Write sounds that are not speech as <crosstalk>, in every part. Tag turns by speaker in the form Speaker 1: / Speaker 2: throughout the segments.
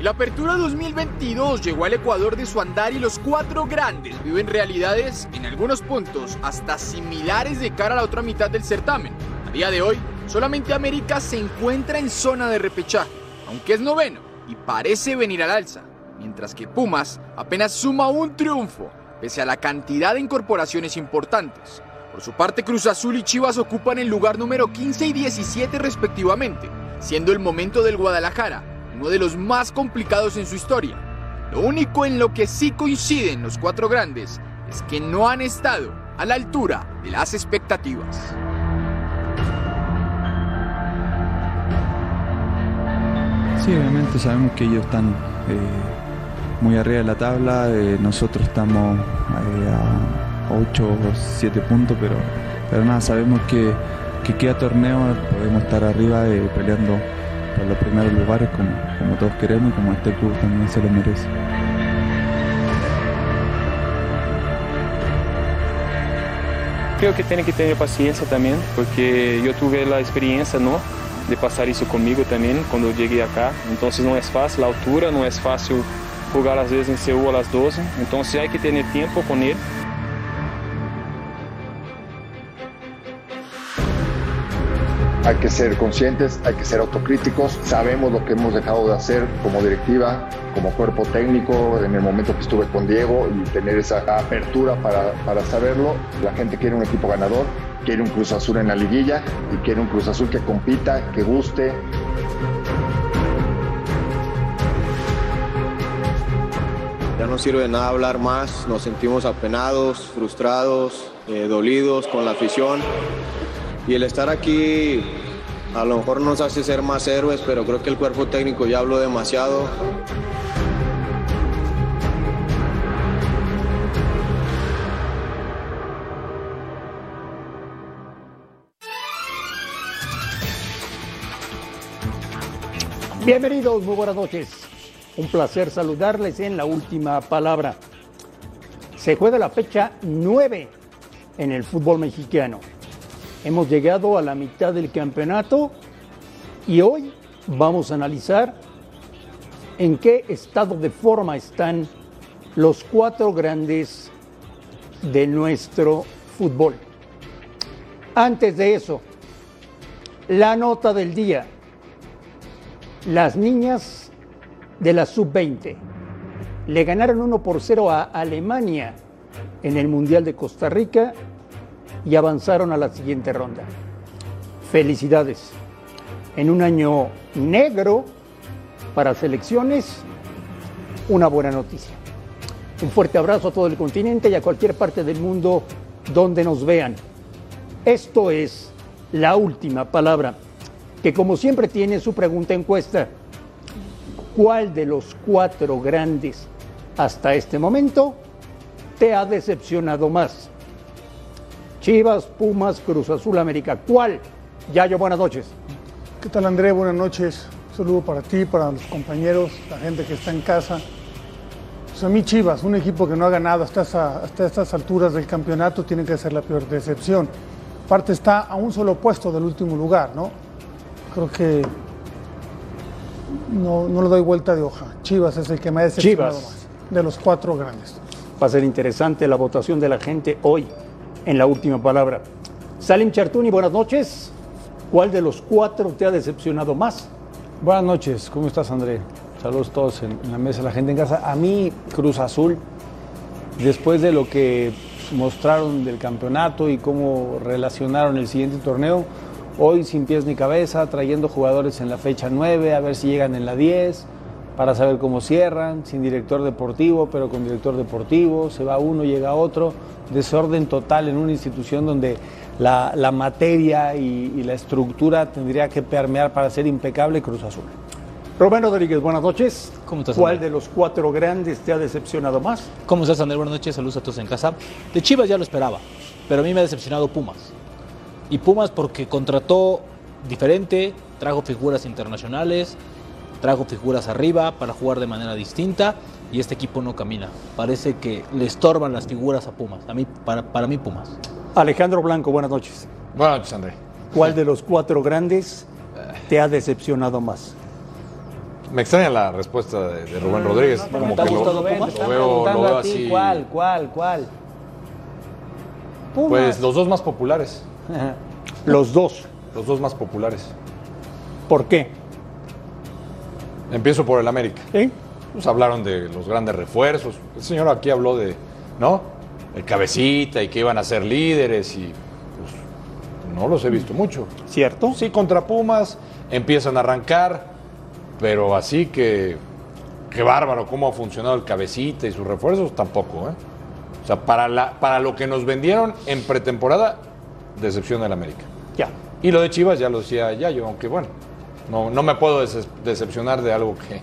Speaker 1: La apertura 2022 llegó al Ecuador de su andar y los cuatro grandes viven realidades, en algunos puntos, hasta similares de cara a la otra mitad del certamen. A día de hoy, solamente América se encuentra en zona de repechaje, aunque es noveno y parece venir al alza, mientras que Pumas apenas suma un triunfo, pese a la cantidad de incorporaciones importantes. Por su parte, Cruz Azul y Chivas ocupan el lugar número 15 y 17 respectivamente, siendo el momento del Guadalajara uno de los más complicados en su historia. Lo único en lo que sí coinciden los cuatro grandes es que no han estado a la altura de las expectativas.
Speaker 2: Sí, obviamente sabemos que ellos están eh, muy arriba de la tabla, eh, nosotros estamos eh, a 8 o 7 puntos, pero, pero nada, sabemos que, que queda torneo, podemos estar arriba eh, peleando por los primeros lugares como, como todos queremos y como este club también se lo merece.
Speaker 3: Creo que tiene que tener paciencia también, porque yo tuve la experiencia, ¿no? De pasar eso conmigo también cuando llegué acá. Entonces no es é fácil la altura, no es fácil jugar a veces en Seúl a las 12. Entonces hay Então, que tener tiempo con él.
Speaker 4: hay que ser conscientes, hay que ser autocríticos. Sabemos lo que hemos dejado de hacer como directiva, como cuerpo técnico, en el momento que estuve con Diego y tener esa apertura para, para saberlo. La gente quiere un equipo ganador, quiere un Cruz Azul en la liguilla y quiere un Cruz Azul que compita, que guste.
Speaker 5: Ya no sirve de nada hablar más, nos sentimos apenados, frustrados, eh, dolidos con la afición y el estar aquí a lo mejor nos hace ser más héroes, pero creo que el cuerpo técnico ya habló demasiado.
Speaker 6: Bienvenidos, muy buenas noches. Un placer saludarles en la última palabra. Se juega la fecha 9 en el fútbol mexicano. Hemos llegado a la mitad del campeonato y hoy vamos a analizar en qué estado de forma están los cuatro grandes de nuestro fútbol. Antes de eso, la nota del día. Las niñas de la sub-20 le ganaron 1 por 0 a Alemania en el Mundial de Costa Rica y avanzaron a la siguiente ronda. Felicidades. En un año negro para selecciones, una buena noticia. Un fuerte abrazo a todo el continente y a cualquier parte del mundo donde nos vean. Esto es la última palabra, que como siempre tiene su pregunta encuesta. ¿Cuál de los cuatro grandes hasta este momento te ha decepcionado más? Chivas, Pumas, Cruz Azul, América. ¿Cuál? Yayo, buenas noches.
Speaker 7: ¿Qué tal, André? Buenas noches. Un saludo para ti, para los compañeros, la gente que está en casa. Pues a mí, Chivas, un equipo que no ha ganado hasta, esa, hasta estas alturas del campeonato, tiene que ser la peor decepción. Aparte, está a un solo puesto del último lugar, ¿no? Creo que no, no le doy vuelta de hoja. Chivas es el que me ha decepcionado Chivas. más de los cuatro grandes.
Speaker 6: Va a ser interesante la votación de la gente hoy en la última palabra. Salim Chartuni, buenas noches. ¿Cuál de los cuatro te ha decepcionado más?
Speaker 8: Buenas noches, ¿cómo estás André? Saludos todos en, en la mesa, la gente en casa. A mí, Cruz Azul, después de lo que mostraron del campeonato y cómo relacionaron el siguiente torneo, hoy sin pies ni cabeza, trayendo jugadores en la fecha 9, a ver si llegan en la 10, para saber cómo cierran, sin director deportivo, pero con director deportivo, se va uno, llega otro desorden total en una institución donde la, la materia y, y, la estructura tendría que permear para ser impecable Cruz Azul.
Speaker 6: Rubén Rodríguez, buenas noches.
Speaker 9: ¿Cómo estás,
Speaker 6: ¿Cuál de los cuatro grandes te ha decepcionado más?
Speaker 9: ¿Cómo estás, Andrés? Buenas noches, saludos a todos en casa. De Chivas ya lo esperaba, pero a mí me ha decepcionado Pumas. Y Pumas porque contrató diferente, trajo figuras internacionales, trajo figuras arriba para jugar de manera distinta y este equipo no camina. Parece que le estorban las figuras a Pumas. A mí, para, para mí, Pumas.
Speaker 6: Alejandro Blanco, buenas noches.
Speaker 10: Buenas noches, André.
Speaker 6: ¿Cuál de los cuatro grandes te ha decepcionado más?
Speaker 10: Me extraña la respuesta de, de Rubén Rodríguez.
Speaker 11: no,
Speaker 10: como
Speaker 11: te ha
Speaker 10: que lo,
Speaker 11: gustado
Speaker 10: lo
Speaker 11: Pumas?
Speaker 10: veo, lo veo
Speaker 11: a ti,
Speaker 10: así.
Speaker 11: ¿Cuál, cuál, cuál? Pumas.
Speaker 10: Pues los dos más populares.
Speaker 6: <laughs> Los dos.
Speaker 10: Los dos más populares.
Speaker 6: ¿Por qué?
Speaker 10: Empiezo por el América.
Speaker 6: ¿Sí?
Speaker 10: Pues hablaron de los grandes refuerzos. El señor aquí habló de, ¿no? El cabecita y que iban a ser líderes y pues, no los he visto mucho.
Speaker 6: ¿Cierto?
Speaker 10: Sí, contra Pumas empiezan a arrancar, pero así que qué bárbaro cómo ha funcionado el cabecita y sus refuerzos tampoco, ¿eh? O sea, para, la, para lo que nos vendieron en pretemporada, decepción del América.
Speaker 6: Ya.
Speaker 10: Y lo de Chivas ya lo decía Yayo, aunque bueno, no, no me puedo decep- decepcionar de algo que,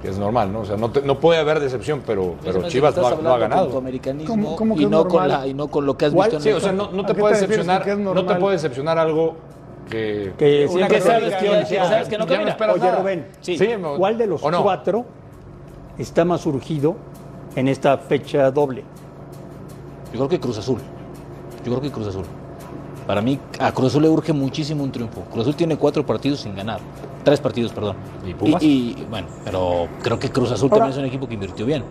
Speaker 10: que es normal, ¿no? O sea, no, te- no puede haber decepción, pero,
Speaker 9: Pero
Speaker 10: pero Chivas no, ha- no ha ganado.
Speaker 9: americanismo
Speaker 10: ¿Cómo- cómo que
Speaker 9: y,
Speaker 10: es
Speaker 9: no con
Speaker 10: normal?
Speaker 9: la, y no con Pues, lo que has
Speaker 10: ¿Cuál?
Speaker 9: visto en
Speaker 10: Sí,
Speaker 9: el
Speaker 10: o sea,
Speaker 9: campo.
Speaker 10: no, no te puede decepcionar, no te puede decepcionar algo que,
Speaker 6: Que sí, que sabes que-
Speaker 10: ya-
Speaker 6: que sabes que no
Speaker 10: ya
Speaker 6: camina.
Speaker 10: esperas
Speaker 6: Oye,
Speaker 10: nada.
Speaker 6: Rubén,
Speaker 10: Sí. me-
Speaker 6: ¿Cuál de los
Speaker 10: ¿o no?
Speaker 6: cuatro está más surgido en esta fecha doble?
Speaker 9: Yo creo que Cruz Azul. Yo creo que Cruz Azul. Para mí, a Cruz Azul le urge muchísimo un triunfo. Cruz Azul tiene cuatro partidos sin ganar. Tres partidos, perdón. ¿Y
Speaker 10: Pumas?
Speaker 9: Y, bueno, pero creo que Cruz Azul
Speaker 10: Ahora-
Speaker 9: también es un equipo que invirtió bien.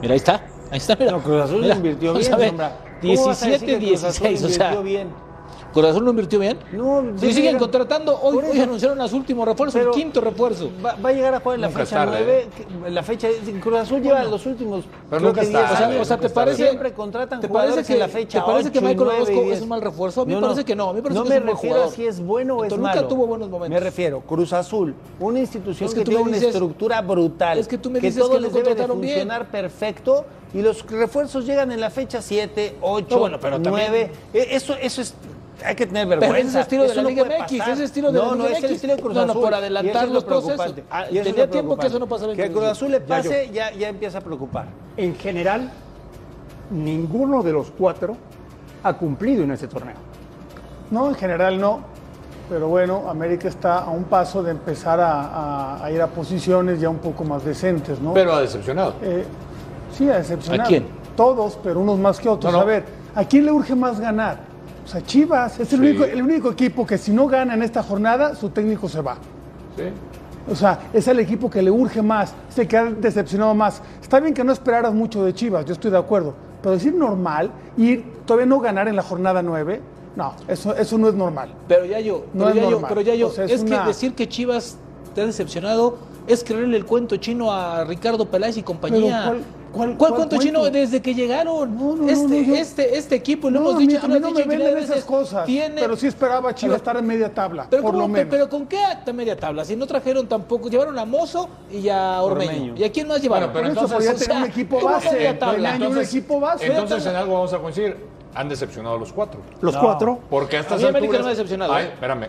Speaker 9: Mira, ahí está. Ahí está, mira. Cruz
Speaker 11: Azul invirtió bien, Sombra. ¿Cómo vas a decir
Speaker 9: 17,
Speaker 11: que Cruz Azul
Speaker 9: 16, o sea.
Speaker 11: invirtió bien?
Speaker 9: ¿Cruz Azul no invirtió bien?
Speaker 11: No,
Speaker 9: Si
Speaker 11: ya
Speaker 9: siguen
Speaker 11: llegaron-
Speaker 9: contratando, hoy,
Speaker 11: Por
Speaker 9: hoy
Speaker 11: eso.
Speaker 9: anunciaron las últimos refuerzos,
Speaker 11: Pero-
Speaker 9: el quinto refuerzo.
Speaker 11: Va, va a llegar a jugar en la
Speaker 9: Nunca es
Speaker 11: fecha
Speaker 9: tarde, ¿eh?
Speaker 11: 9. La fecha Cruz Azul lleva los últimos creo que 10
Speaker 9: O sea,
Speaker 11: años.
Speaker 9: o sea, ¿te parece?
Speaker 11: siempre contratan
Speaker 9: ¿te
Speaker 11: jugadores
Speaker 9: parece que,
Speaker 11: en la fecha
Speaker 9: ¿Te parece
Speaker 11: 8,
Speaker 9: que Michael
Speaker 11: 9 y
Speaker 9: Orozco
Speaker 11: 10?
Speaker 9: es un mal refuerzo? A mí
Speaker 11: No,
Speaker 9: me
Speaker 11: no.
Speaker 9: parece que no. A mí me parece
Speaker 11: No
Speaker 9: que
Speaker 11: me
Speaker 9: es un buen
Speaker 11: refiero
Speaker 9: jugador.
Speaker 11: a si es bueno o es
Speaker 9: Toluca
Speaker 11: malo.
Speaker 9: tuvo buenos momentos.
Speaker 11: Me refiero, Cruz Azul, una institución
Speaker 9: Es que
Speaker 11: que,
Speaker 9: tú
Speaker 11: tiene
Speaker 9: me
Speaker 11: una
Speaker 9: dices-
Speaker 11: estructura brutal.
Speaker 9: es que tú me dices
Speaker 11: todo
Speaker 9: que lo
Speaker 11: les debe de
Speaker 9: contrataron bien.
Speaker 11: funcionar perfecto y los refuerzos llegan en la fecha 7, 8,
Speaker 9: No, bueno, pero también-
Speaker 11: 9. E, Eso, eso es... Hay que tener
Speaker 9: Pero
Speaker 11: vergüenza.
Speaker 9: ese es el estilo de
Speaker 11: Eso
Speaker 9: la
Speaker 11: no
Speaker 9: Liga
Speaker 11: puede
Speaker 9: MX,
Speaker 11: pasar.
Speaker 9: ese estilo de la
Speaker 11: No, no,
Speaker 9: Liga
Speaker 11: es el
Speaker 9: MX.
Speaker 11: estilo de Cruz
Speaker 9: No, no,
Speaker 11: Azul.
Speaker 9: por
Speaker 11: Y eso
Speaker 9: adelantar
Speaker 11: es lo
Speaker 9: los procesos.
Speaker 11: preocupante.
Speaker 9: Ah,
Speaker 11: Y eso es
Speaker 9: tenía
Speaker 11: lo
Speaker 9: tiempo que eso no pasaba
Speaker 11: preocupante.
Speaker 9: en
Speaker 11: Que a
Speaker 9: Cruz
Speaker 11: Cruz
Speaker 9: Azul.
Speaker 11: Azul le
Speaker 9: Ya yo.
Speaker 11: pase, ya, ya empieza a preocupar.
Speaker 6: En general, ninguno de los cuatro ha cumplido en este torneo.
Speaker 7: No, en general no. Pero bueno, América está a un paso de empezar a, a- a ir a posiciones ya un poco más decentes, ¿no?
Speaker 10: Pero ha decepcionado.
Speaker 7: Eh, sí, a decepcionar.
Speaker 10: ¿A quién?
Speaker 7: Todos, pero unos más que otros.
Speaker 10: No, no.
Speaker 7: A ver, ¿a quién le urge más ganar? O sea, Chivas es el,
Speaker 10: Sí.
Speaker 7: único, el único equipo que si no gana en esta jornada, su técnico se va.
Speaker 10: Sí.
Speaker 7: O sea, es el equipo que le urge más, es el que ha decepcionado más. Está bien que no esperaras mucho de Chivas, yo estoy de acuerdo. Pero decir normal y todavía no ganar en la jornada 9, no, eso, eso no es normal.
Speaker 9: Pero ya yo,
Speaker 7: No
Speaker 9: pero
Speaker 7: es
Speaker 9: ya yo,
Speaker 7: normal.
Speaker 9: pero ya yo,
Speaker 7: O sea,
Speaker 9: es,
Speaker 7: es
Speaker 9: que
Speaker 7: una-
Speaker 9: decir que Chivas te ha decepcionado es creerle el cuento chino a Ricardo Peláez y compañía.
Speaker 7: Pero, ¿cuál- cuál-
Speaker 9: ¿Cuál
Speaker 7: cuál
Speaker 9: cuento
Speaker 7: cuento?
Speaker 9: chino desde que llegaron? este,
Speaker 7: yo-
Speaker 9: este, este equipo, lo
Speaker 7: No,
Speaker 9: hemos
Speaker 7: a mí-
Speaker 9: dicho,
Speaker 7: a
Speaker 9: tú
Speaker 7: mí
Speaker 9: lo has
Speaker 7: no me
Speaker 9: dicho infinidad
Speaker 7: venden
Speaker 9: de
Speaker 7: esas
Speaker 9: veces,
Speaker 7: cosas.
Speaker 9: tiene-
Speaker 7: Pero sí esperaba a Chivas
Speaker 9: Pero-
Speaker 7: estar en media tabla,
Speaker 9: Pero,
Speaker 7: por
Speaker 9: ¿cómo
Speaker 7: lo
Speaker 9: te-
Speaker 7: menos.
Speaker 9: pero con qué hasta media tabla? Si no trajeron tampoco, llevaron a Mozo y a Ormeño.
Speaker 7: Ormeño.
Speaker 9: ¿Y a quién más llevaron?
Speaker 10: Bueno, pero
Speaker 7: Por eso podía tener un equipo
Speaker 9: ¿cómo
Speaker 7: base,
Speaker 9: media tabla?
Speaker 7: tenía yo un equipo base.
Speaker 10: Entonces en algo vamos a coincidir. Han decepcionado los cuatro.
Speaker 7: Los No. cuatro.
Speaker 10: Porque a
Speaker 9: A
Speaker 10: estas
Speaker 9: mí América
Speaker 10: alturas.
Speaker 9: no me ha decepcionado,
Speaker 10: Ay,
Speaker 9: ¿eh?
Speaker 10: espérame.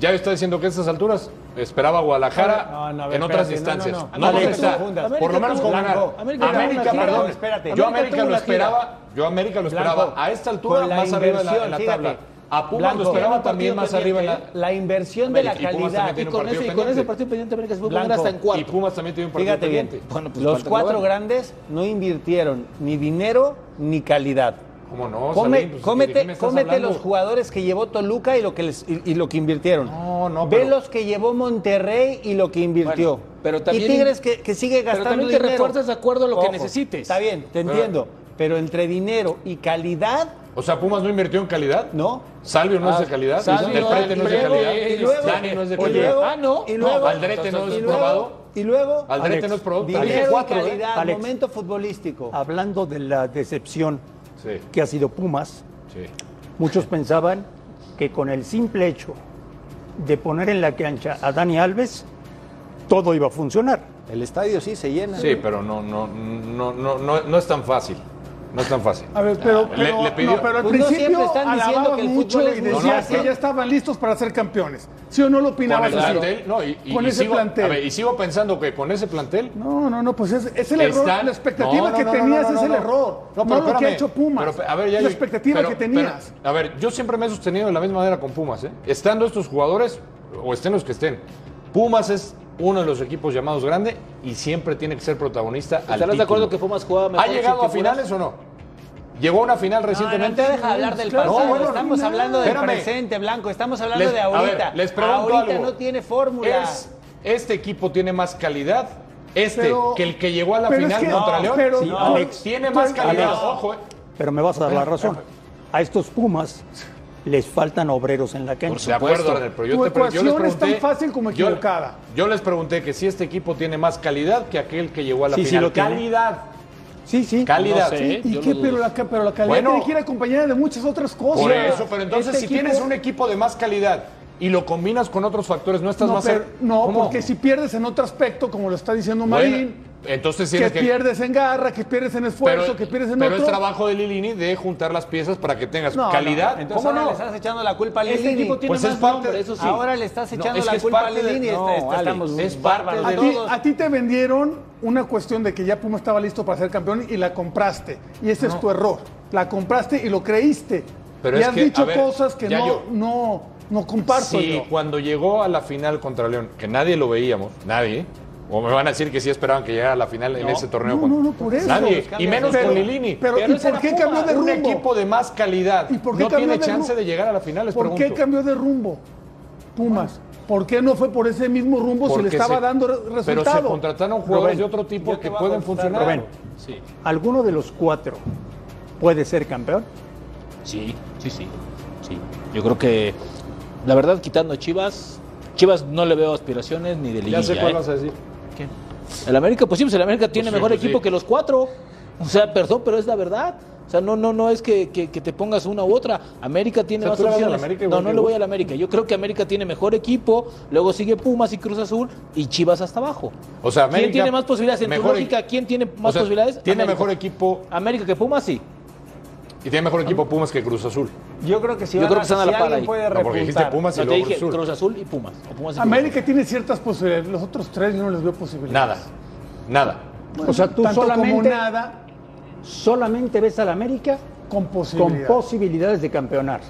Speaker 10: Ya está diciendo que a estas alturas esperaba a Guadalajara
Speaker 11: No, no, a ver,
Speaker 10: en otras
Speaker 11: espérate, no, no, no.
Speaker 10: instancias. No, vamos a
Speaker 11: América
Speaker 10: estar-
Speaker 11: tuvo una gira.
Speaker 10: Por lo menos con ganar.
Speaker 11: Blanco. América
Speaker 10: América,
Speaker 11: tuvo una gira.
Speaker 10: perdón.
Speaker 11: Espérate.
Speaker 10: Yo
Speaker 11: América
Speaker 10: América
Speaker 11: tuvo
Speaker 10: lo
Speaker 11: una gira.
Speaker 10: esperaba. Yo América lo
Speaker 11: Blanco.
Speaker 10: esperaba a esta altura
Speaker 11: Con la
Speaker 10: más arriba en la, en la
Speaker 11: inversión,
Speaker 10: tabla.
Speaker 11: fíjate.
Speaker 10: A Pumas
Speaker 11: Blanco.
Speaker 10: lo esperaba
Speaker 11: Tiene un
Speaker 10: también
Speaker 11: partido
Speaker 10: más arriba en la.
Speaker 11: pendiente, ¿eh? La inversión de la
Speaker 10: América. Y Pumas
Speaker 11: calidad.
Speaker 10: también tiene
Speaker 9: Y
Speaker 10: un
Speaker 9: con,
Speaker 10: partido
Speaker 9: ese, y con
Speaker 10: pendiente.
Speaker 9: ese partido pendiente América se puede poner
Speaker 11: Blanco.
Speaker 9: hasta en cuatro.
Speaker 10: Y Pumas también tiene un partido
Speaker 11: Fíjate bien,
Speaker 10: pendiente.
Speaker 9: Bueno, pues
Speaker 11: los
Speaker 9: falta que
Speaker 11: cuatro
Speaker 9: lo hagan.
Speaker 11: grandes no invirtieron ni dinero ni calidad.
Speaker 10: ¿Cómo no?
Speaker 11: Come-
Speaker 10: Sabín? Pues, ¿de qué me
Speaker 11: cómete
Speaker 10: estás
Speaker 11: cómete
Speaker 10: hablando?
Speaker 11: los jugadores que llevó Toluca y lo que, les, y, y lo que invirtieron.
Speaker 10: No, no,
Speaker 11: Ve
Speaker 10: pero-
Speaker 11: los que llevó Monterrey y lo que invirtió.
Speaker 9: Bueno, pero también-
Speaker 11: y Tigres que, que sigue
Speaker 9: pero
Speaker 11: gastando
Speaker 9: también te
Speaker 11: dinero.
Speaker 9: refuerzas de acuerdo a lo que necesites.
Speaker 11: Está bien, te
Speaker 10: Pero-
Speaker 11: entiendo. Pero entre dinero y calidad,
Speaker 10: O sea, Pumas no invirtió en calidad.
Speaker 11: no.
Speaker 10: Salvio no
Speaker 9: Ah,
Speaker 10: es de calidad.
Speaker 9: Salvio,
Speaker 10: Del Prete no es de
Speaker 9: Priego,
Speaker 10: calidad.
Speaker 9: y luego-
Speaker 10: Dani no es de
Speaker 9: y luego-
Speaker 10: calidad.
Speaker 9: Ah, no.
Speaker 11: Y luego,
Speaker 10: No, Aldrete no es
Speaker 11: y luego-
Speaker 10: probado.
Speaker 11: Y luego,
Speaker 10: Aldrete no es probado.
Speaker 11: dinero
Speaker 10: Dije
Speaker 11: y
Speaker 10: cuatro, ¿eh?
Speaker 11: calidad,
Speaker 6: Alex.
Speaker 11: momento futbolístico.
Speaker 6: Hablando de la decepción
Speaker 10: Sí,
Speaker 6: que ha sido Pumas,
Speaker 10: sí.
Speaker 6: muchos pensaban que con el simple hecho de poner en la cancha a Dani Alves, todo iba a funcionar.
Speaker 11: El estadio sí se llena.
Speaker 10: Sí, pero no, no, no, no, no, no es tan fácil. No es tan fácil.
Speaker 7: A ver, pero,
Speaker 10: Ah, Le-
Speaker 7: pero-
Speaker 10: le pidió-
Speaker 7: no, pero al
Speaker 11: Pues no
Speaker 7: principio
Speaker 11: siempre están diciendo
Speaker 7: alababas
Speaker 11: que el
Speaker 7: mucho
Speaker 11: fútbol es
Speaker 7: y
Speaker 11: muy
Speaker 7: decías
Speaker 10: fácil.
Speaker 7: que ya estaban listos para ser campeones. ¿Sí o no lo
Speaker 10: Con
Speaker 7: opinabas
Speaker 10: el
Speaker 7: así?
Speaker 10: plantel, no, y, y-
Speaker 7: Con
Speaker 10: y
Speaker 7: ese
Speaker 10: sigo,
Speaker 7: plantel.
Speaker 10: a ver, y sigo pensando que con ese plantel
Speaker 7: No, no, no, pues es, es el error.
Speaker 10: están-
Speaker 7: La expectativa
Speaker 10: No, no,
Speaker 7: que
Speaker 10: no, no,
Speaker 7: tenías
Speaker 10: no, no,
Speaker 7: es el
Speaker 10: no.
Speaker 7: error. No,
Speaker 10: pero
Speaker 7: lo que ha
Speaker 10: espérame.
Speaker 7: hecho Pumas.
Speaker 10: Pero, a ver, ya
Speaker 7: la
Speaker 10: yo-
Speaker 7: expectativa
Speaker 10: pero-
Speaker 7: que tenías.
Speaker 10: pero, a ver, yo siempre me he sostenido de la misma manera con Pumas. ¿eh? Estando estos jugadores, o estén los que estén, Pumas es uno de los equipos llamados grande y siempre tiene que ser protagonista. al
Speaker 9: ¿Estarás de acuerdo que
Speaker 10: título.
Speaker 9: Pumas jugaba mejor
Speaker 10: ¿Ha llegado
Speaker 9: sin
Speaker 10: a finales o no? Llegó a una final recientemente.
Speaker 11: No, no te deja hablar del
Speaker 10: Claro,
Speaker 11: pasado.
Speaker 10: bueno,
Speaker 11: estamos
Speaker 10: no,
Speaker 11: hablando del
Speaker 10: espérame.
Speaker 11: presente, Blanco. Estamos hablando
Speaker 10: Les-
Speaker 11: de
Speaker 10: a
Speaker 11: ahorita.
Speaker 10: ver, les pregunto
Speaker 11: ahorita
Speaker 10: algo.
Speaker 11: no tiene fórmula.
Speaker 10: Es Este equipo tiene más calidad. Este,
Speaker 7: Pero-
Speaker 10: que el que llegó a la
Speaker 7: pero es
Speaker 10: final
Speaker 7: que-
Speaker 10: contra León,
Speaker 7: pero-
Speaker 10: Sí,
Speaker 7: no.
Speaker 10: Alex, tiene más
Speaker 7: Pero-
Speaker 10: calidad.
Speaker 7: Alex.
Speaker 10: Ojo, eh.
Speaker 6: Pero me vas a dar la razón. A estos Pumas les faltan obreros en la cancha.
Speaker 10: De acuerdo, Arnel, pero yo,
Speaker 7: Tu
Speaker 10: te pre- yo les
Speaker 7: ecuación es
Speaker 10: pregunté,
Speaker 7: tan fácil como
Speaker 10: yo-
Speaker 7: equivocada.
Speaker 10: Yo, les pregunté que si este equipo tiene más calidad que aquel que llegó a la
Speaker 6: Sí, sí
Speaker 10: final.
Speaker 6: lo tiene.
Speaker 10: calidad.
Speaker 7: Sí, sí.
Speaker 10: Calidad.
Speaker 9: No sé,
Speaker 10: Sí,
Speaker 9: ¿eh?
Speaker 7: ¿Y
Speaker 9: Yo
Speaker 7: qué?
Speaker 9: lo
Speaker 7: Pero
Speaker 9: dudo.
Speaker 7: la, ca- pero la calidad
Speaker 10: Bueno.
Speaker 7: tiene que ir acompañada de muchas otras cosas.
Speaker 10: Por eso, pero entonces
Speaker 7: Este
Speaker 10: si tienes
Speaker 7: equipo-
Speaker 10: un equipo de más calidad y lo combinas con otros factores, no estás
Speaker 7: No,
Speaker 10: más...
Speaker 7: pero-
Speaker 10: cer-
Speaker 7: no,
Speaker 10: ¿Cómo?
Speaker 7: porque si pierdes en otro aspecto, como lo está diciendo
Speaker 10: Bueno,
Speaker 7: Marín,
Speaker 10: entonces
Speaker 7: que,
Speaker 10: tienes que...
Speaker 7: pierdes en garra, que pierdes en esfuerzo,
Speaker 10: pero
Speaker 7: que pierdes en
Speaker 10: pero es
Speaker 7: otro.
Speaker 10: trabajo de Lilini de juntar las piezas para que tengas
Speaker 7: No, no,
Speaker 10: calidad.
Speaker 11: Entonces
Speaker 10: ¿Cómo
Speaker 11: ahora
Speaker 10: no?
Speaker 11: le estás echando la culpa a
Speaker 9: Este
Speaker 11: Lilini.
Speaker 9: equipo tiene
Speaker 10: Pues es
Speaker 9: más
Speaker 10: parte-
Speaker 9: nombre, eso sí.
Speaker 11: Ahora le estás
Speaker 10: No,
Speaker 11: echando
Speaker 10: es que
Speaker 11: la
Speaker 10: es
Speaker 11: culpa a
Speaker 10: parte de-
Speaker 11: Lilini.
Speaker 10: no,
Speaker 7: este,
Speaker 11: Esta- esta-
Speaker 10: Ale,
Speaker 11: estamos
Speaker 10: es parte
Speaker 11: bárbaros
Speaker 7: A
Speaker 10: de-
Speaker 7: ti,
Speaker 11: todos.
Speaker 7: a ti te vendieron una cuestión de que ya Puma estaba listo para ser campeón y la compraste. Y ese es tu error. La compraste y lo creíste.
Speaker 10: Pero
Speaker 7: y
Speaker 10: es
Speaker 7: has
Speaker 10: que, a
Speaker 7: dicho
Speaker 10: ver,
Speaker 7: cosas que
Speaker 10: ya
Speaker 7: no,
Speaker 10: yo-
Speaker 7: no, no comparto
Speaker 10: Sí,
Speaker 7: yo.
Speaker 10: cuando llegó a la final contra León, que nadie lo veíamos, nadie, o me van a decir que sí esperaban que llegara a la final en ese torneo.
Speaker 7: No,
Speaker 10: con-
Speaker 7: no, no, por eso.
Speaker 10: pues Nadie, y
Speaker 11: cambios,
Speaker 10: menos
Speaker 7: pero-
Speaker 10: con Lilini.
Speaker 7: pero, ¿y
Speaker 10: ese
Speaker 7: por
Speaker 10: era
Speaker 7: qué
Speaker 10: Puma,
Speaker 7: cambió de
Speaker 10: Un
Speaker 7: rumbo?
Speaker 10: equipo de más calidad
Speaker 7: ¿Y por qué
Speaker 10: no
Speaker 7: cambió
Speaker 10: tiene
Speaker 7: de
Speaker 10: chance
Speaker 7: rumbo?
Speaker 10: de llegar a la final, les
Speaker 7: ¿Por
Speaker 10: pregunto.
Speaker 7: qué cambió de rumbo Pumas? ¿Por qué no fue por ese mismo rumbo si le
Speaker 10: Porque
Speaker 7: estaba
Speaker 10: se-
Speaker 7: dando re- resultado?
Speaker 10: Pero se contrataron
Speaker 6: Rubén,
Speaker 10: jugadores de otro tipo
Speaker 11: yo te
Speaker 10: que
Speaker 11: voy a
Speaker 10: pueden
Speaker 11: contestar,
Speaker 10: funcionar.
Speaker 6: Rubén,
Speaker 9: Sí,
Speaker 6: ¿alguno de los cuatro puede ser campeón?
Speaker 9: sí, sí, sí, sí. Yo creo que, la verdad, quitando a Chivas, Chivas no le veo aspiraciones ni de liguilla.
Speaker 10: Ya sé cuál
Speaker 9: ¿eh?
Speaker 10: vas a decir.
Speaker 9: ¿Qué? El América, pues sí, pues el América tiene
Speaker 10: sí,
Speaker 9: mejor
Speaker 10: pues
Speaker 9: equipo
Speaker 10: sí.
Speaker 9: que los cuatro. O sea, perdón, pero es la verdad. O sea, no, no, no es que, que- que te pongas una u otra. América tiene
Speaker 10: O sea,
Speaker 9: más
Speaker 10: tú le vas a la
Speaker 9: opciones.
Speaker 10: América
Speaker 9: no,
Speaker 10: igual
Speaker 9: no
Speaker 10: que
Speaker 9: le voy
Speaker 10: vos.
Speaker 9: a la América. Yo creo que América tiene mejor equipo, luego sigue Pumas y Cruz Azul y Chivas hasta abajo.
Speaker 10: O sea, América,
Speaker 9: ¿Quién tiene más posibilidades? En tu
Speaker 10: mejor
Speaker 9: lógica,
Speaker 10: equi-
Speaker 9: ¿quién tiene más
Speaker 10: O sea,
Speaker 9: posibilidades?
Speaker 10: Tiene
Speaker 9: América.
Speaker 10: mejor equipo
Speaker 9: América que Pumas, sí.
Speaker 10: y tiene mejor equipo Pumas que Cruz Azul.
Speaker 11: Yo creo que si,
Speaker 9: Yo
Speaker 11: van
Speaker 9: creo
Speaker 11: a-
Speaker 9: que están a
Speaker 11: si
Speaker 9: la par
Speaker 11: alguien
Speaker 9: ahí.
Speaker 11: puede
Speaker 10: No, porque dijiste
Speaker 11: repuntar.
Speaker 10: Pumas y
Speaker 9: No, te
Speaker 10: luego
Speaker 9: dije
Speaker 10: Cruz Azul.
Speaker 9: Cruz Azul y Pumas. o Pumas y Cruz Azul.
Speaker 7: América tiene ciertas posibilidades. Los otros tres yo no les veo posibilidades.
Speaker 10: Nada, nada.
Speaker 6: o sea, tú
Speaker 7: Tanto como
Speaker 6: solamente,
Speaker 7: nada
Speaker 6: solamente ves al América
Speaker 7: con
Speaker 6: con
Speaker 7: posibilidades.
Speaker 6: posibilidades de campeonar.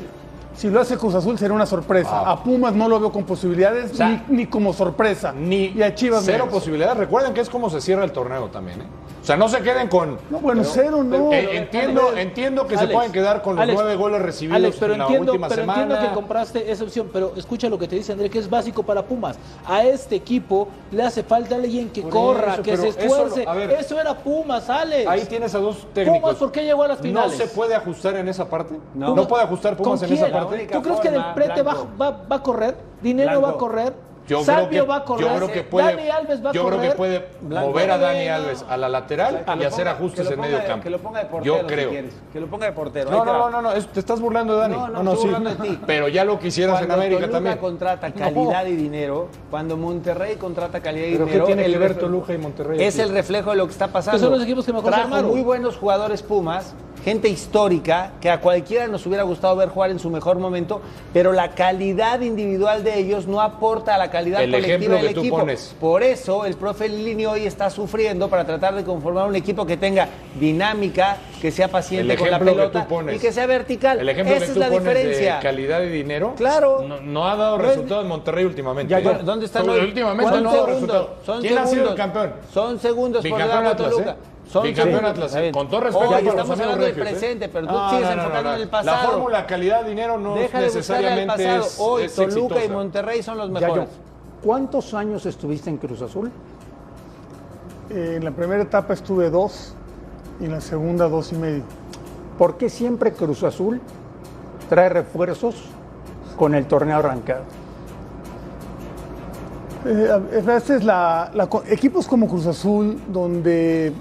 Speaker 7: si lo hace Cruz Azul sería una sorpresa. A Pumas no lo veo con posibilidades
Speaker 10: sea,
Speaker 7: ni, ni como sorpresa.
Speaker 10: Ni
Speaker 7: y a Chivas
Speaker 10: cero
Speaker 7: menos.
Speaker 10: posibilidades. Recuerden que es como se cierra el torneo también. ¿eh? O sea, no se queden con...
Speaker 7: No, bueno, cero no.
Speaker 10: Eh, entiendo, entiendo que se
Speaker 9: Alex,
Speaker 10: pueden quedar con los
Speaker 9: Alex,
Speaker 10: nueve goles recibidos
Speaker 9: Alex, pero
Speaker 10: en la
Speaker 9: entiendo,
Speaker 10: última
Speaker 9: pero
Speaker 10: semana.
Speaker 9: entiendo que compraste esa opción, pero escucha lo que te dice André, que es básico para Pumas. A este equipo le hace falta alguien que
Speaker 10: Por
Speaker 9: corra,
Speaker 10: eso,
Speaker 9: que
Speaker 10: pero
Speaker 9: se
Speaker 10: eso
Speaker 9: esfuerce.
Speaker 10: no-
Speaker 9: Eso,
Speaker 10: a ver.
Speaker 9: era Pumas, Alex.
Speaker 10: Ahí tienes a dos técnicos.
Speaker 9: Pumas, ¿por qué llegó a las
Speaker 10: ¿No
Speaker 9: finales?
Speaker 10: se puede ajustar en esa parte?
Speaker 11: No.
Speaker 10: ¿No, puede ajustar
Speaker 9: ¿Con
Speaker 10: Pumas en
Speaker 9: quién?
Speaker 10: esa
Speaker 11: La
Speaker 10: parte?
Speaker 11: única-
Speaker 9: ¿Tú crees que del
Speaker 11: forma,
Speaker 9: prete va,
Speaker 11: Blanco.
Speaker 9: va, va a correr? ¿Dinero
Speaker 11: Blanco.
Speaker 9: va a correr?
Speaker 10: Yo
Speaker 9: ¿Sabio
Speaker 10: creo que,
Speaker 9: va a correr?
Speaker 10: yo creo que puede,
Speaker 9: ¿Dani Alves va a
Speaker 10: yo creo
Speaker 9: correr?
Speaker 10: que puede
Speaker 11: Blanco.
Speaker 10: mover a Dani
Speaker 9: Bueno.
Speaker 10: Alves a la lateral
Speaker 11: Que
Speaker 10: y
Speaker 11: lo
Speaker 10: hacer
Speaker 11: ponga-
Speaker 10: ajustes
Speaker 11: que lo
Speaker 10: en
Speaker 11: ponga
Speaker 10: medio
Speaker 11: de-
Speaker 10: campo.
Speaker 11: Que lo ponga de portero,
Speaker 10: yo creo.
Speaker 11: Si
Speaker 12: Pues
Speaker 11: quieres. Que lo ponga de portero.
Speaker 10: no,
Speaker 11: ahí te va.
Speaker 10: no, no, no, no, es- te estás burlando de Dani.
Speaker 11: No, no, me estoy burlando de ti.
Speaker 10: Pero ya lo quisieras
Speaker 11: Cuando
Speaker 10: en América
Speaker 11: Toluca
Speaker 10: también.
Speaker 11: contrata
Speaker 10: No.
Speaker 11: calidad y dinero, cuando Monterrey contrata calidad y
Speaker 10: ¿Pero qué
Speaker 11: dinero,
Speaker 10: tiene que
Speaker 11: el
Speaker 10: ver
Speaker 11: ref-
Speaker 10: Toluca y Monterrey
Speaker 11: Es
Speaker 10: aquí?
Speaker 11: el reflejo de lo que está pasando.
Speaker 9: Que Pues son los equipos que mejor se
Speaker 11: Trajo
Speaker 9: armaron.
Speaker 11: muy buenos jugadores Pumas, gente histórica que a cualquiera nos hubiera gustado ver jugar en su mejor momento, pero la calidad individual de ellos no aporta a la calidad
Speaker 10: El
Speaker 11: colectiva
Speaker 10: ejemplo
Speaker 11: del
Speaker 10: que tú
Speaker 11: equipo.
Speaker 10: pones.
Speaker 11: Por eso el profe Lini hoy está sufriendo para tratar de conformar un equipo que tenga dinámica, que sea paciente
Speaker 10: El
Speaker 11: con la
Speaker 10: ejemplo que
Speaker 11: pelota
Speaker 10: tú pones.
Speaker 11: y que sea vertical.
Speaker 10: El ejemplo
Speaker 11: Esa
Speaker 10: que
Speaker 11: es
Speaker 10: tú
Speaker 11: la
Speaker 10: pones
Speaker 11: diferencia.
Speaker 10: de calidad y dinero
Speaker 11: Claro.
Speaker 10: no, no ha dado
Speaker 11: No es-
Speaker 10: resultado en Monterrey últimamente.
Speaker 11: Ya, ya.
Speaker 10: ¿eh?
Speaker 11: ¿Dónde están
Speaker 10: Sobre-
Speaker 11: hoy?
Speaker 10: Últimamente
Speaker 11: Son
Speaker 10: no ha dado
Speaker 11: segundos,
Speaker 10: resultado.
Speaker 11: son
Speaker 10: ¿Quién ha sido el
Speaker 11: segundos.
Speaker 10: campeón?
Speaker 11: Son segundos por
Speaker 10: Bicampeón
Speaker 11: debajo a
Speaker 10: Atlas,
Speaker 11: Toluca.
Speaker 10: ¿eh?
Speaker 11: Son
Speaker 10: Bicampeón
Speaker 11: segundos.
Speaker 10: Atlas,
Speaker 11: Está bien.
Speaker 10: con todo respeto
Speaker 11: Hoy
Speaker 10: para los
Speaker 11: estamos
Speaker 10: aficionados
Speaker 11: hablando del
Speaker 10: regios, ¿eh?
Speaker 11: presente, pero tú
Speaker 10: No,
Speaker 11: sigues
Speaker 10: no, no, no,
Speaker 11: enfocando
Speaker 10: no.
Speaker 11: en el pasado.
Speaker 10: La fórmula calidad-dinero no
Speaker 11: Deja de buscar al
Speaker 10: necesariamente
Speaker 11: pasado.
Speaker 10: es-
Speaker 11: hoy
Speaker 10: es
Speaker 11: Toluca y
Speaker 10: exitosa.
Speaker 11: Monterrey son los
Speaker 6: Yayo,
Speaker 11: mejores.
Speaker 6: ¿cuántos años estuviste en Cruz Azul?
Speaker 7: Eh, en la primera etapa estuve dos y en la segunda dos y medio.
Speaker 6: ¿Por qué siempre Cruz Azul trae refuerzos con el torneo arrancado?
Speaker 7: Eh, a a veces la- la co- equipos como Cruz Azul, donde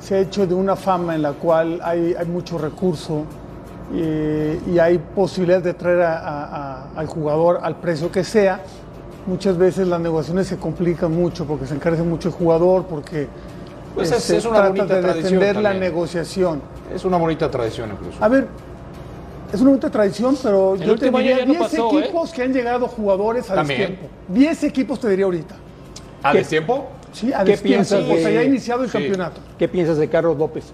Speaker 7: se ha hecho de una fama en la cual hay, hay mucho recurso eh, y hay posibilidades de traer a- a- a- al jugador al precio que sea, muchas veces las negociaciones se complican mucho porque se encarece mucho el jugador, porque
Speaker 10: Pues es-
Speaker 7: este,
Speaker 10: es una bonita
Speaker 7: de
Speaker 10: tradición
Speaker 7: defender la
Speaker 10: también.
Speaker 7: negociación.
Speaker 10: Es una bonita tradición incluso.
Speaker 7: A ver, es una bonita tradición, pero yo te
Speaker 9: último año
Speaker 7: diría
Speaker 9: ya no
Speaker 7: 10
Speaker 9: pasó, ¿eh?
Speaker 7: equipos que han llegado jugadores a
Speaker 10: También.
Speaker 7: destiempo. 10 equipos te diría ahorita.
Speaker 10: ¿A destiempo?
Speaker 7: Sí, a
Speaker 6: ¿Qué
Speaker 7: destiempo,
Speaker 6: piensas
Speaker 7: O sea,
Speaker 6: de-
Speaker 7: ya ha iniciado el
Speaker 10: Sí.
Speaker 7: campeonato.
Speaker 6: ¿Qué piensas de Carlos López?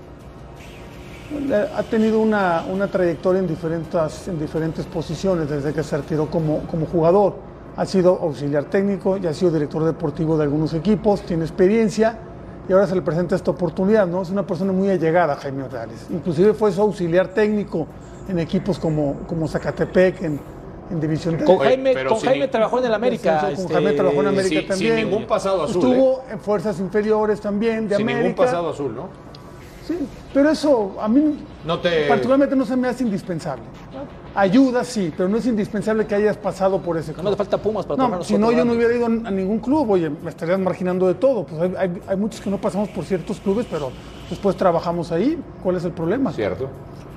Speaker 7: Eh, Ha tenido una, una trayectoria en diferentes, en diferentes posiciones desde que se retiró como, como jugador. Ha sido auxiliar técnico y ha sido director deportivo de algunos equipos, tiene experiencia y ahora se le presenta esta oportunidad, ¿no? Es una persona muy allegada, Jaime Orales. Inclusive fue su auxiliar técnico en equipos como, como Zacatepec, en, en división.
Speaker 9: Con Jaime, con Jaime trabajó en el América.
Speaker 7: Con
Speaker 9: este,
Speaker 7: Jaime trabajó en América
Speaker 10: sin- sin
Speaker 7: también.
Speaker 10: ningún pasado azul, ¿eh?
Speaker 7: Estuvo en fuerzas inferiores también de
Speaker 10: Sin
Speaker 7: América.
Speaker 10: ningún pasado azul, ¿no?
Speaker 7: Sí, pero eso a mí
Speaker 10: No te-
Speaker 7: particularmente no se me hace indispensable. Ayuda sí, pero no es indispensable que hayas pasado por ese club.
Speaker 9: No hace falta Pumas para
Speaker 7: No,
Speaker 9: tornarnos
Speaker 7: si no
Speaker 9: cuatro
Speaker 7: yo no
Speaker 9: grandes.
Speaker 7: hubiera ido a ningún club, oye, me estarían marginando de todo. Pues hay, hay- hay muchos que no pasamos por ciertos clubes, pero después trabajamos ahí. ¿Cuál es el problema?
Speaker 10: Cierto.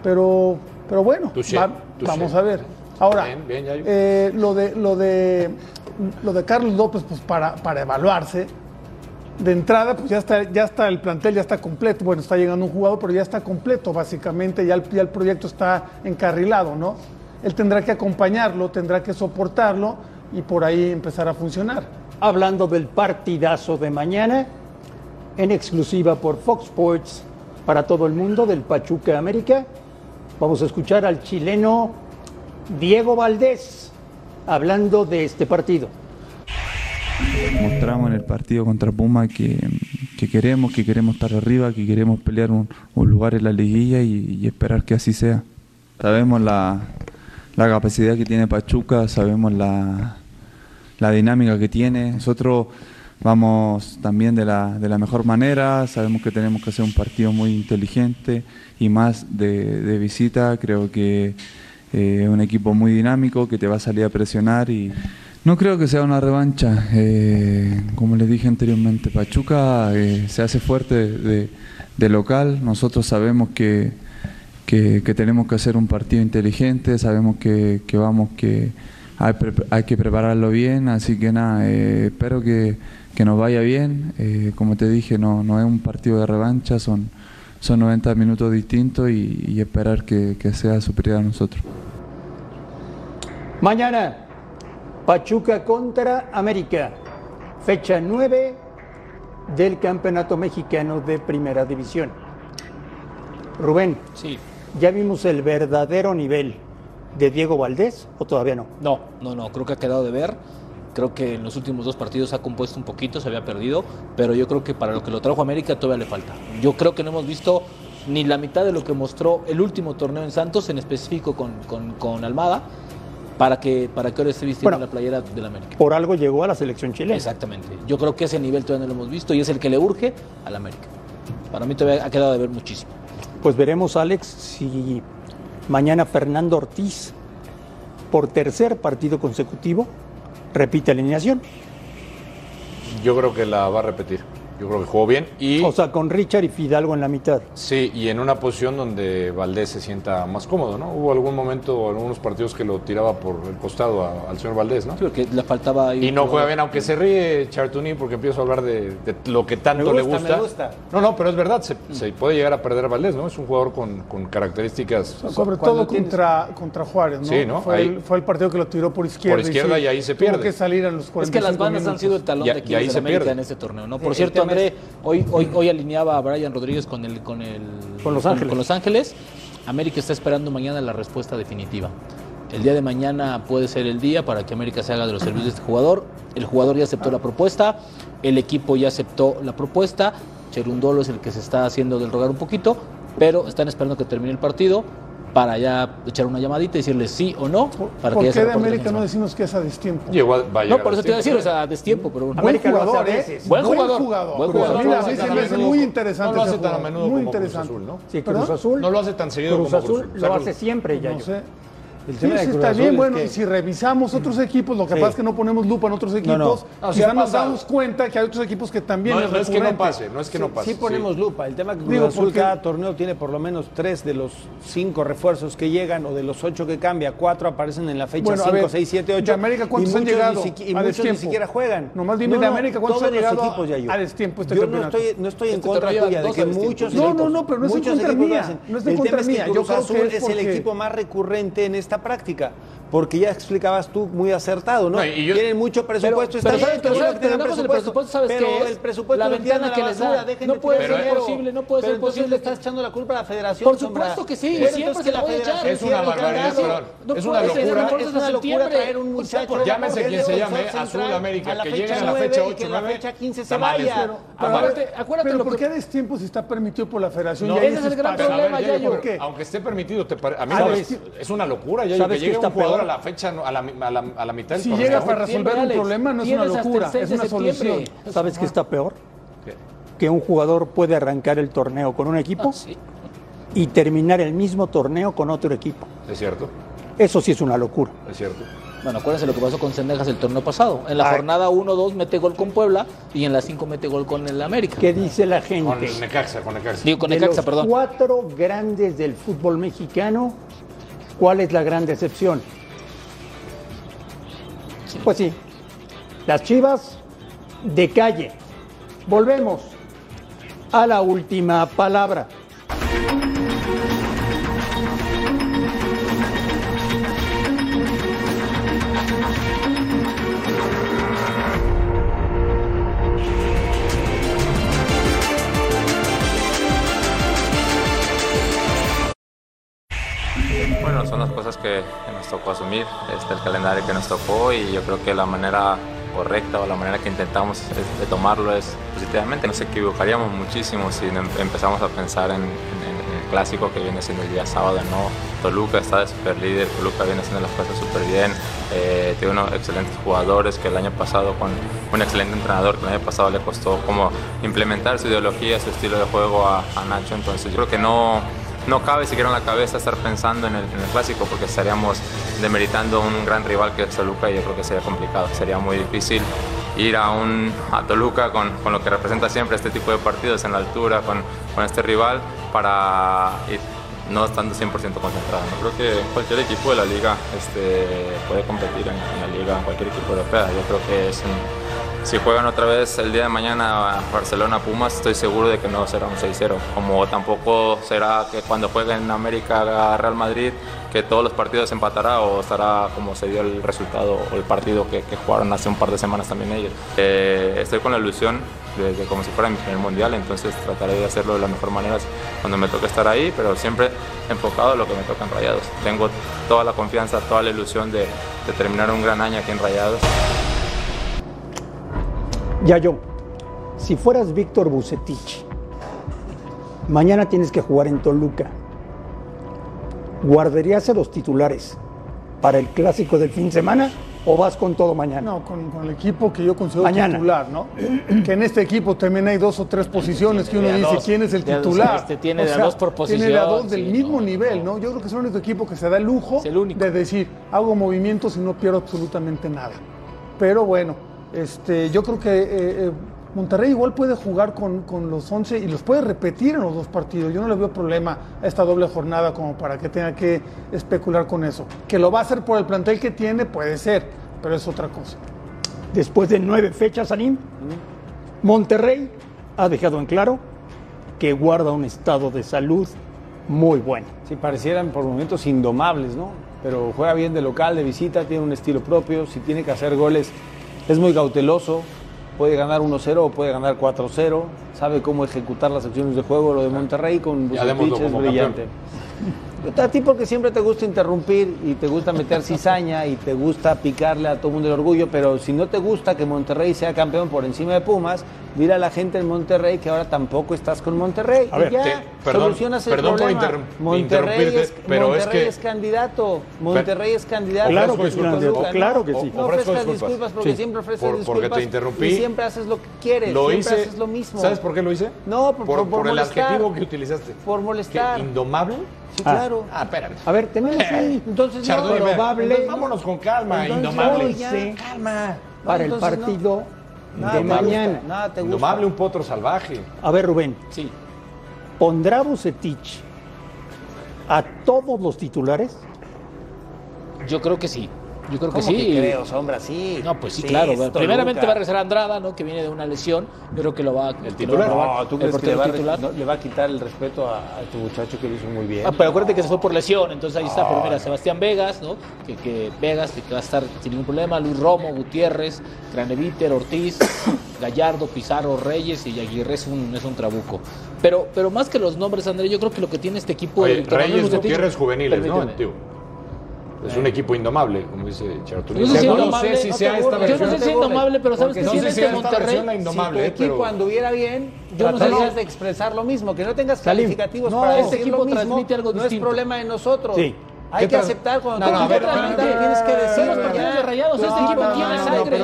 Speaker 7: Pero, pero bueno,
Speaker 10: Touché,
Speaker 7: va-
Speaker 10: touché.
Speaker 7: vamos a ver. Ahora,
Speaker 10: Bien, bien, Yayo.
Speaker 7: eh, lo de lo de lo de Carlos López, pues para, para evaluarse, de entrada, pues ya está, ya está el plantel, ya está completo. Bueno, está llegando un jugador, pero ya está completo, básicamente, ya el, ya el proyecto está encarrilado, ¿no? Él tendrá que acompañarlo, tendrá que soportarlo y por ahí empezar a funcionar.
Speaker 6: Hablando del partidazo de mañana, en exclusiva por Fox Sports para todo el mundo del Pachuca América, vamos a escuchar al chileno Diego Valdés hablando de este partido.
Speaker 2: mostramos en el partido contra Puma que, que queremos, que queremos estar arriba, que queremos pelear un, un lugar en la liguilla y, y esperar que así sea. Sabemos la, la capacidad que tiene Pachuca, sabemos la, la dinámica que tiene. Nosotros vamos también de la, de la mejor manera, sabemos que tenemos que hacer un partido muy inteligente y más de, de visita, creo que eh, es un equipo muy dinámico que te va a salir a presionar y no creo que sea una revancha. Eh, como les dije anteriormente, Pachuca eh, se hace fuerte de, de local, nosotros sabemos que, que, que tenemos que hacer un partido inteligente, sabemos que, que vamos, que hay, pre- hay que prepararlo bien, así que nada, eh, espero que, que nos vaya bien. Eh, como te dije, no, no es un partido de revancha, son, son 90 minutos distintos y, y esperar que, que sea superior a nosotros.
Speaker 6: Mañana, Pachuca contra América, fecha 9 del Campeonato Mexicano de Primera División. Rubén,
Speaker 9: Sí.
Speaker 6: ¿ya vimos el verdadero nivel de Diego Valdés o todavía no?
Speaker 9: No, no, no, creo que ha quedado de ver. Creo que en los últimos dos partidos ha compuesto un poquito, se había perdido, pero yo creo que para lo que lo trajo América todavía le falta. Yo creo que no hemos visto ni la mitad de lo que mostró el último torneo en Santos, en específico con, con- con Almada, para que, para que ahora esté vistiendo la playera del América.
Speaker 6: Por algo llegó a la selección chilena.
Speaker 9: Exactamente. Yo creo que ese nivel todavía no lo hemos visto y es el que le urge al América. Para mí todavía ha quedado de ver muchísimo.
Speaker 6: Pues veremos, Alex, si mañana Fernando Ortiz, por tercer partido consecutivo, repite alineación.
Speaker 10: Yo creo que la va a repetir. Yo creo que jugó bien y
Speaker 6: O sea, con Richard y Fidalgo en la mitad.
Speaker 10: sí, y en una posición donde Valdés se sienta más cómodo, ¿no? Hubo algún momento, algunos partidos que lo tiraba por el costado a- al señor Valdés, ¿no?
Speaker 9: Creo que le faltaba ahí
Speaker 10: Y
Speaker 9: un
Speaker 10: no juega
Speaker 9: jugador.
Speaker 10: bien, aunque se ríe Chartuní porque empiezo a hablar de, de lo que tanto
Speaker 11: Me
Speaker 10: le
Speaker 11: gusta,
Speaker 10: gusta.
Speaker 11: me gusta.
Speaker 10: No, no, pero es verdad, se, se puede llegar a perder a Valdés, ¿no? Es un jugador con, con características
Speaker 7: Sobre todo contra, contra Juárez, ¿no?
Speaker 10: Sí, ¿no?
Speaker 7: Fue,
Speaker 10: Ahí-
Speaker 7: el, fue el partido que lo tiró por izquierda.
Speaker 10: izquierda y ahí se
Speaker 7: tuvo
Speaker 10: pierde.
Speaker 7: que salir a los 45
Speaker 9: Es que las bandas han
Speaker 7: minutos.
Speaker 9: sido el talón
Speaker 10: Y-
Speaker 9: de
Speaker 10: y
Speaker 9: Aquiles
Speaker 10: ahí
Speaker 9: de
Speaker 10: se
Speaker 9: la América
Speaker 10: pierde.
Speaker 9: en este torneo, ¿no?
Speaker 11: El-
Speaker 9: Por
Speaker 11: el
Speaker 9: cierto,
Speaker 11: tema
Speaker 9: André,
Speaker 11: es-
Speaker 9: hoy, hoy, hoy alineaba a Brian Rodríguez con el con el
Speaker 6: Con Los Ángeles.
Speaker 9: Los Ángeles. América está esperando mañana la respuesta definitiva. El día de mañana puede ser el día para que América se haga de los servicios de este jugador. El jugador ya aceptó la propuesta, el equipo ya aceptó la propuesta. Cherundolo es el que se está haciendo del rogar un poquito, pero están esperando que termine el partido para ya echar una llamadita y decirle sí o no para
Speaker 7: ¿Por
Speaker 9: que ya se
Speaker 7: qué de
Speaker 9: reporte
Speaker 7: América no
Speaker 9: definitivamente.
Speaker 7: decimos que es a destiempo?
Speaker 10: Llegó a- va a
Speaker 9: No,
Speaker 10: llegar
Speaker 9: por eso te iba a decir,
Speaker 10: tiempo.
Speaker 9: o sea, a destiempo, pero bueno.
Speaker 6: América lo hace a
Speaker 7: ¿eh?
Speaker 6: veces.
Speaker 9: Buen jugador. Buen
Speaker 7: Buen
Speaker 9: jugador.
Speaker 7: jugador. Mira,
Speaker 9: No lo hace
Speaker 7: sí,
Speaker 9: tan
Speaker 7: me
Speaker 9: a
Speaker 7: es
Speaker 9: menudo
Speaker 7: muy
Speaker 9: como-
Speaker 7: interesante.
Speaker 10: no lo
Speaker 7: ese
Speaker 10: hace tan a
Speaker 7: jugador,
Speaker 10: menudo
Speaker 7: Muy
Speaker 10: como Cruz
Speaker 7: interesante.
Speaker 10: Azul, ¿no?
Speaker 6: Sí, Cruz
Speaker 7: ¿Perdón?
Speaker 6: Azul.
Speaker 10: No lo hace tan seguido
Speaker 6: Cruz
Speaker 10: como
Speaker 6: Azul
Speaker 10: Cruz Azul.
Speaker 6: lo
Speaker 10: Saca-
Speaker 6: hace siempre, ya.
Speaker 7: No sé.
Speaker 11: El
Speaker 7: Sí,
Speaker 11: tema de
Speaker 7: sí,
Speaker 11: Cruz
Speaker 7: está
Speaker 11: Azul
Speaker 7: bien.
Speaker 11: es
Speaker 7: Bueno,
Speaker 11: que-
Speaker 7: y si revisamos otros equipos, lo que
Speaker 11: Sí.
Speaker 7: pasa es que no ponemos lupa en otros equipos,
Speaker 11: no.
Speaker 10: No, sí ha
Speaker 7: quizás nos
Speaker 10: pasado.
Speaker 7: damos cuenta que hay otros equipos que también
Speaker 10: No,
Speaker 7: es
Speaker 10: no es que no
Speaker 7: recurrente.
Speaker 10: pase, no es que no pase.
Speaker 11: Sí ponemos lupa. El tema que Cruz
Speaker 7: Digo,
Speaker 11: Azul
Speaker 7: porque-
Speaker 11: cada torneo tiene por lo menos tres de los cinco refuerzos que llegan o de los ocho que cambia. Cuatro aparecen en la fecha
Speaker 7: Bueno, a
Speaker 11: 5,
Speaker 7: ver,
Speaker 11: 6, 7, 8.
Speaker 7: ¿de América cuántos han llegado
Speaker 11: Ni siqui- y muchos
Speaker 7: a
Speaker 11: ni
Speaker 7: destiempo?
Speaker 11: siquiera juegan.
Speaker 7: Nomás dime, ¿de América cuántos
Speaker 11: todos
Speaker 7: han
Speaker 11: los
Speaker 7: llegado
Speaker 11: equipos, Yayo.
Speaker 7: a destiempo este
Speaker 11: Yo
Speaker 7: campeonato?
Speaker 11: No estoy, no estoy en
Speaker 9: Este
Speaker 11: contra
Speaker 9: torneo
Speaker 11: tuya de
Speaker 9: llevan
Speaker 11: que
Speaker 9: dos a destiempo.
Speaker 11: muchos.
Speaker 7: No, no,
Speaker 11: equipos-
Speaker 7: no, pero no es en
Speaker 11: muchos
Speaker 7: contra
Speaker 11: equipos lo
Speaker 7: mía,
Speaker 11: hacen.
Speaker 7: no es en
Speaker 11: el
Speaker 7: contra
Speaker 11: tema es que
Speaker 7: mía, yo
Speaker 11: Cruz
Speaker 7: creo
Speaker 11: Azul
Speaker 7: que
Speaker 11: es
Speaker 7: es
Speaker 11: el
Speaker 7: porque-
Speaker 11: equipo más recurrente en esta práctica. Porque ya explicabas tú muy acertado, ¿no?
Speaker 10: No, y yo-
Speaker 11: Tienen mucho presupuesto. está
Speaker 9: pero
Speaker 11: bien,
Speaker 9: sabes,
Speaker 11: qué
Speaker 9: pero
Speaker 11: bueno
Speaker 9: sabes,
Speaker 11: que
Speaker 9: pero
Speaker 11: tengan
Speaker 9: hablamos del presupuesto, ¿sabes
Speaker 11: pero
Speaker 9: qué es?
Speaker 11: el presupuesto
Speaker 9: La
Speaker 11: lo tiran
Speaker 9: ventana
Speaker 11: a la
Speaker 9: que les da.
Speaker 11: basura, dejen
Speaker 9: No
Speaker 11: de
Speaker 9: puede
Speaker 11: tirar
Speaker 10: ser
Speaker 11: dinero.
Speaker 9: posible, no puede
Speaker 11: Pero
Speaker 9: ser
Speaker 11: entonces
Speaker 9: posible.
Speaker 11: le estás echando la culpa a la federación.
Speaker 9: Por
Speaker 11: Sombra.
Speaker 9: supuesto que sí,
Speaker 11: Pero
Speaker 9: siempre
Speaker 11: entonces
Speaker 9: se la
Speaker 11: voy a
Speaker 9: echar.
Speaker 10: Es una
Speaker 11: cierra el
Speaker 10: barbaridad,
Speaker 11: candado.
Speaker 10: perdón.
Speaker 9: No
Speaker 10: es una
Speaker 9: puede ser,
Speaker 10: locura.
Speaker 9: no
Speaker 11: Es una locura
Speaker 9: septiembre.
Speaker 11: traer un muchacho.
Speaker 10: Llámese
Speaker 11: que
Speaker 10: quien se
Speaker 11: es de
Speaker 10: llame,
Speaker 11: Central,
Speaker 10: Azul América,
Speaker 11: a la
Speaker 10: que
Speaker 11: fecha
Speaker 10: llegue a la
Speaker 11: 9
Speaker 10: fecha
Speaker 11: y
Speaker 10: 8,
Speaker 11: que la
Speaker 10: 9,
Speaker 11: fecha 15 se
Speaker 10: tamales.
Speaker 11: vaya.
Speaker 10: Pero-
Speaker 7: Pero, a
Speaker 9: Acuérdate,
Speaker 7: ver,
Speaker 9: acuérdate
Speaker 7: pero
Speaker 9: lo
Speaker 7: ¿por
Speaker 9: que-
Speaker 7: qué a destiempo si está permitido por la federación?
Speaker 10: No,
Speaker 7: y ahí
Speaker 10: ese
Speaker 9: es el gran
Speaker 7: espacio?
Speaker 10: Pero a ver,
Speaker 9: problema,
Speaker 10: Yayo,
Speaker 9: Yayo.
Speaker 7: ¿Por qué?
Speaker 10: Aunque esté permitido, te pare- a mí
Speaker 7: ¿Sabes?
Speaker 10: no, es- es una locura, Yayo,
Speaker 6: ¿Sabes
Speaker 10: que
Speaker 6: qué
Speaker 10: llegue
Speaker 6: está
Speaker 10: un jugador jugador a la fecha, no- a la, a la- a la mitad del
Speaker 7: Si
Speaker 10: torneo.
Speaker 7: llegas a resolver un
Speaker 10: Alex,
Speaker 7: problema, no es una
Speaker 10: tienes hasta el
Speaker 7: locura,
Speaker 10: seis
Speaker 7: es
Speaker 10: de
Speaker 7: una
Speaker 10: septiembre.
Speaker 7: solución.
Speaker 6: ¿Sabes qué
Speaker 7: Ajá.
Speaker 6: está peor? Que un jugador puede arrancar el torneo con un
Speaker 7: Ah,
Speaker 6: equipo y terminar el mismo torneo con otro equipo.
Speaker 10: Es cierto,
Speaker 6: Eso sí es una locura.
Speaker 10: es cierto.
Speaker 9: Bueno, acuérdense lo que pasó con Cendejas el torneo pasado. En la jornada 1-2 mete gol con Puebla y en la 5 mete gol con el América.
Speaker 6: ¿Qué dice la gente?
Speaker 10: Con el Necaxa, con Necaxa.
Speaker 9: Digo, con
Speaker 6: de
Speaker 9: Necaxa,
Speaker 6: los
Speaker 9: perdón.
Speaker 6: cuatro grandes del fútbol mexicano, ¿cuál es la gran decepción? Pues sí, las Chivas de calle. Volvemos a la última palabra.
Speaker 13: Bueno, son las cosas que, que nos tocó asumir, este, el calendario que nos tocó y yo creo que la manera correcta o la manera que intentamos es- de tomarlo es positivamente. Nos equivocaríamos muchísimo si no em- empezamos a pensar en, en- en el clásico que viene siendo el día sábado, ¿no? Toluca está de super líder, Toluca viene haciendo las cosas súper bien, eh, tiene unos excelentes jugadores que el año pasado con un excelente entrenador que el año pasado le costó como implementar su ideología, su estilo de juego a, a Nacho, entonces yo creo que no no cabe siquiera en la cabeza estar pensando en el, en el clásico porque estaríamos demeritando a un gran rival que es Toluca y yo creo que sería complicado, sería muy difícil ir a, un, a Toluca con, con lo que representa siempre este tipo de partidos en la altura, con, con este rival, para ir no estando 100% concentrado. ¿no? Creo que cualquier equipo de la liga este, puede competir en, en la liga, en cualquier equipo europea. Yo creo que es un, si juegan otra vez el día de mañana Barcelona-Pumas, estoy seguro de que no será un 6-0. Como tampoco será que cuando jueguen América a Real Madrid, que todos los partidos empatará o estará como se dio el resultado o el partido que, que jugaron hace un par de semanas también ellos. Eh, estoy con la ilusión de, de como si fuera mi primer mundial, entonces trataré de hacerlo de la mejor manera cuando me toque estar ahí, pero siempre enfocado a lo que me tocan Rayados. Tengo toda la confianza, toda la ilusión de, de terminar un gran año aquí en Rayados.
Speaker 6: Ya yo, si fueras Víctor Bucetich, mañana tienes que jugar en Toluca. ¿Guardarías a los titulares para el clásico del fin de semana o vas con todo mañana?
Speaker 7: No, con, con el equipo que yo considero
Speaker 6: Mañana.
Speaker 7: titular, ¿no? que en este equipo también hay dos o tres posiciones que uno
Speaker 9: de a
Speaker 7: dice
Speaker 9: dos,
Speaker 7: quién es el
Speaker 9: de a dos,
Speaker 7: titular.
Speaker 9: este tiene
Speaker 7: O
Speaker 9: de a
Speaker 7: sea,
Speaker 9: dos por
Speaker 7: Tiene de a
Speaker 9: posición,
Speaker 7: dos del
Speaker 9: sí,
Speaker 7: mismo nivel, ¿no? Yo creo que es el único equipo que se da el lujo de decir, hago movimientos y no pierdo absolutamente nada. Pero bueno, este, yo creo que eh, eh, Monterrey igual puede jugar con, con los 11 y los puede repetir en los dos partidos. Yo no le veo problema a esta doble jornada como para que tenga que especular con eso. Que lo va a hacer por el plantel que tiene, puede ser, pero es otra cosa.
Speaker 6: Después de nueve fechas, Anim, Monterrey ha dejado en claro que guarda un estado de salud muy bueno.
Speaker 11: Sí, parecieran por momentos indomables, ¿no? Pero juega bien de local, de visita, tiene un estilo propio. Si tiene que hacer goles, es muy cauteloso. Puede ganar 1-0 o puede ganar 4-0. Sabe cómo ejecutar las acciones de juego. Lo de Monterrey con
Speaker 10: Ya démoslo
Speaker 11: Bucetich es
Speaker 10: como
Speaker 11: brillante. A ti porque siempre te gusta interrumpir y te gusta meter cizaña y te gusta picarle a todo mundo el orgullo, pero si no te gusta que Monterrey sea campeón por encima de Pumas, dile a la gente en Monterrey que ahora tampoco estás con Monterrey.
Speaker 10: A
Speaker 11: y
Speaker 10: ver,
Speaker 11: ya,
Speaker 10: te- perdón,
Speaker 11: solucionas el
Speaker 10: perdón por
Speaker 11: problema.
Speaker 10: interrum-
Speaker 11: Monterrey
Speaker 10: interrumpirte,
Speaker 11: es,
Speaker 10: pero es
Speaker 11: Monterrey
Speaker 10: que-
Speaker 11: es candidato. Monterrey es candidato.
Speaker 10: Claro que
Speaker 11: Ofrezco
Speaker 10: es candidato,
Speaker 11: ¿no?
Speaker 10: claro que sí.
Speaker 11: No
Speaker 10: Ofrezco
Speaker 11: ofrezcas
Speaker 10: disculpas.
Speaker 11: disculpas porque
Speaker 10: Sí.
Speaker 11: siempre ofreces
Speaker 10: Por-
Speaker 11: disculpas.
Speaker 10: porque te interrumpí.
Speaker 11: Y siempre haces lo que quieres.
Speaker 10: Lo
Speaker 11: siempre
Speaker 10: hice-
Speaker 11: haces lo mismo.
Speaker 10: ¿Sabes por qué lo hice?
Speaker 11: No, por,
Speaker 10: Por, por, el
Speaker 11: molestar.
Speaker 10: adjetivo que utilizaste.
Speaker 11: Por molestar.
Speaker 10: ¿Qué, ¿Indomable?
Speaker 11: Sí, claro.
Speaker 10: Ah, espérame.
Speaker 6: A ver, tenemos ahí.
Speaker 11: Entonces,
Speaker 10: Chardonnay,
Speaker 11: no,
Speaker 10: espera.
Speaker 11: probable.
Speaker 10: Entonces, vámonos con calma,
Speaker 11: Entonces,
Speaker 10: indomable.
Speaker 11: no, ya, calma.
Speaker 6: para el
Speaker 11: Entonces, no.
Speaker 6: partido
Speaker 11: Nada
Speaker 6: de
Speaker 11: te gusta,
Speaker 6: mañana.
Speaker 11: nada te gusta.
Speaker 10: Indomable, un potro salvaje.
Speaker 6: A ver, Rubén.
Speaker 9: Sí.
Speaker 6: ¿Pondrá Bucetich a todos los titulares?
Speaker 9: Yo creo que sí. Yo creo que
Speaker 6: ¿Cómo
Speaker 9: sí.
Speaker 6: que creo,
Speaker 11: sombra, sí.
Speaker 9: No, pues sí,
Speaker 6: Sí,
Speaker 9: claro.
Speaker 6: es Toluca.
Speaker 9: Primeramente va a regresar Andrada, ¿no? Que viene de una lesión. Yo creo que lo va a. El
Speaker 11: No, ¿tú crees que le va, a-
Speaker 9: titular.
Speaker 11: no, le va a quitar el respeto a, a tu muchacho que lo hizo muy bien?
Speaker 9: Ah, pero acuérdate que se fue por lesión, entonces ahí está. Pero
Speaker 11: Ah.
Speaker 9: mira, Sebastián Vegas, ¿no? Que, que Vegas que va a estar sin ningún problema. Luis Romo, Gutiérrez, Craneviter, Ortiz, <coughs> Gallardo, Pizarro, Reyes y Aguirre es un, es un trabuco. Pero, pero más que los nombres, André, yo creo que lo que tiene este equipo. de
Speaker 10: Oye,
Speaker 9: Víctor Manuel
Speaker 10: Reyes
Speaker 9: Bucetich-
Speaker 10: Gutiérrez juveniles, ¿no?
Speaker 9: Permíteme.
Speaker 10: Antiguo. Es un equipo indomable, como dice Chartuni.
Speaker 9: No sé si
Speaker 10: no
Speaker 9: indomable,
Speaker 10: sé si
Speaker 9: no te
Speaker 10: sea esta
Speaker 9: burles. Yo
Speaker 10: versión.
Speaker 9: no sé si es indomable, pero ¿sabes
Speaker 10: Porque
Speaker 9: qué?
Speaker 10: no
Speaker 9: Si
Speaker 10: sé
Speaker 9: eres
Speaker 10: si
Speaker 9: de
Speaker 10: esta
Speaker 9: Monterrey,
Speaker 10: versión la indomable,
Speaker 9: si
Speaker 10: eh,
Speaker 9: tu
Speaker 10: pero-
Speaker 9: equipo
Speaker 11: cuando viera bien,
Speaker 9: Yo no sé
Speaker 11: tratarías
Speaker 9: si-
Speaker 11: de expresar lo mismo, que no tengas
Speaker 9: Salim,
Speaker 11: calificativos
Speaker 9: no,
Speaker 11: para
Speaker 9: este
Speaker 11: decir lo
Speaker 9: equipo
Speaker 11: mismo,
Speaker 9: transmite algo
Speaker 11: no es
Speaker 9: distinto.
Speaker 11: problema de nosotros.
Speaker 6: Sí.
Speaker 11: Hay
Speaker 8: ¿Qué
Speaker 11: que
Speaker 8: tal?
Speaker 11: aceptar cuando
Speaker 8: No, no, a ver,
Speaker 11: realmente
Speaker 8: espérame.
Speaker 11: tienes que decir.
Speaker 8: Somos partidos de
Speaker 9: Rayados, este equipo tiene sangre.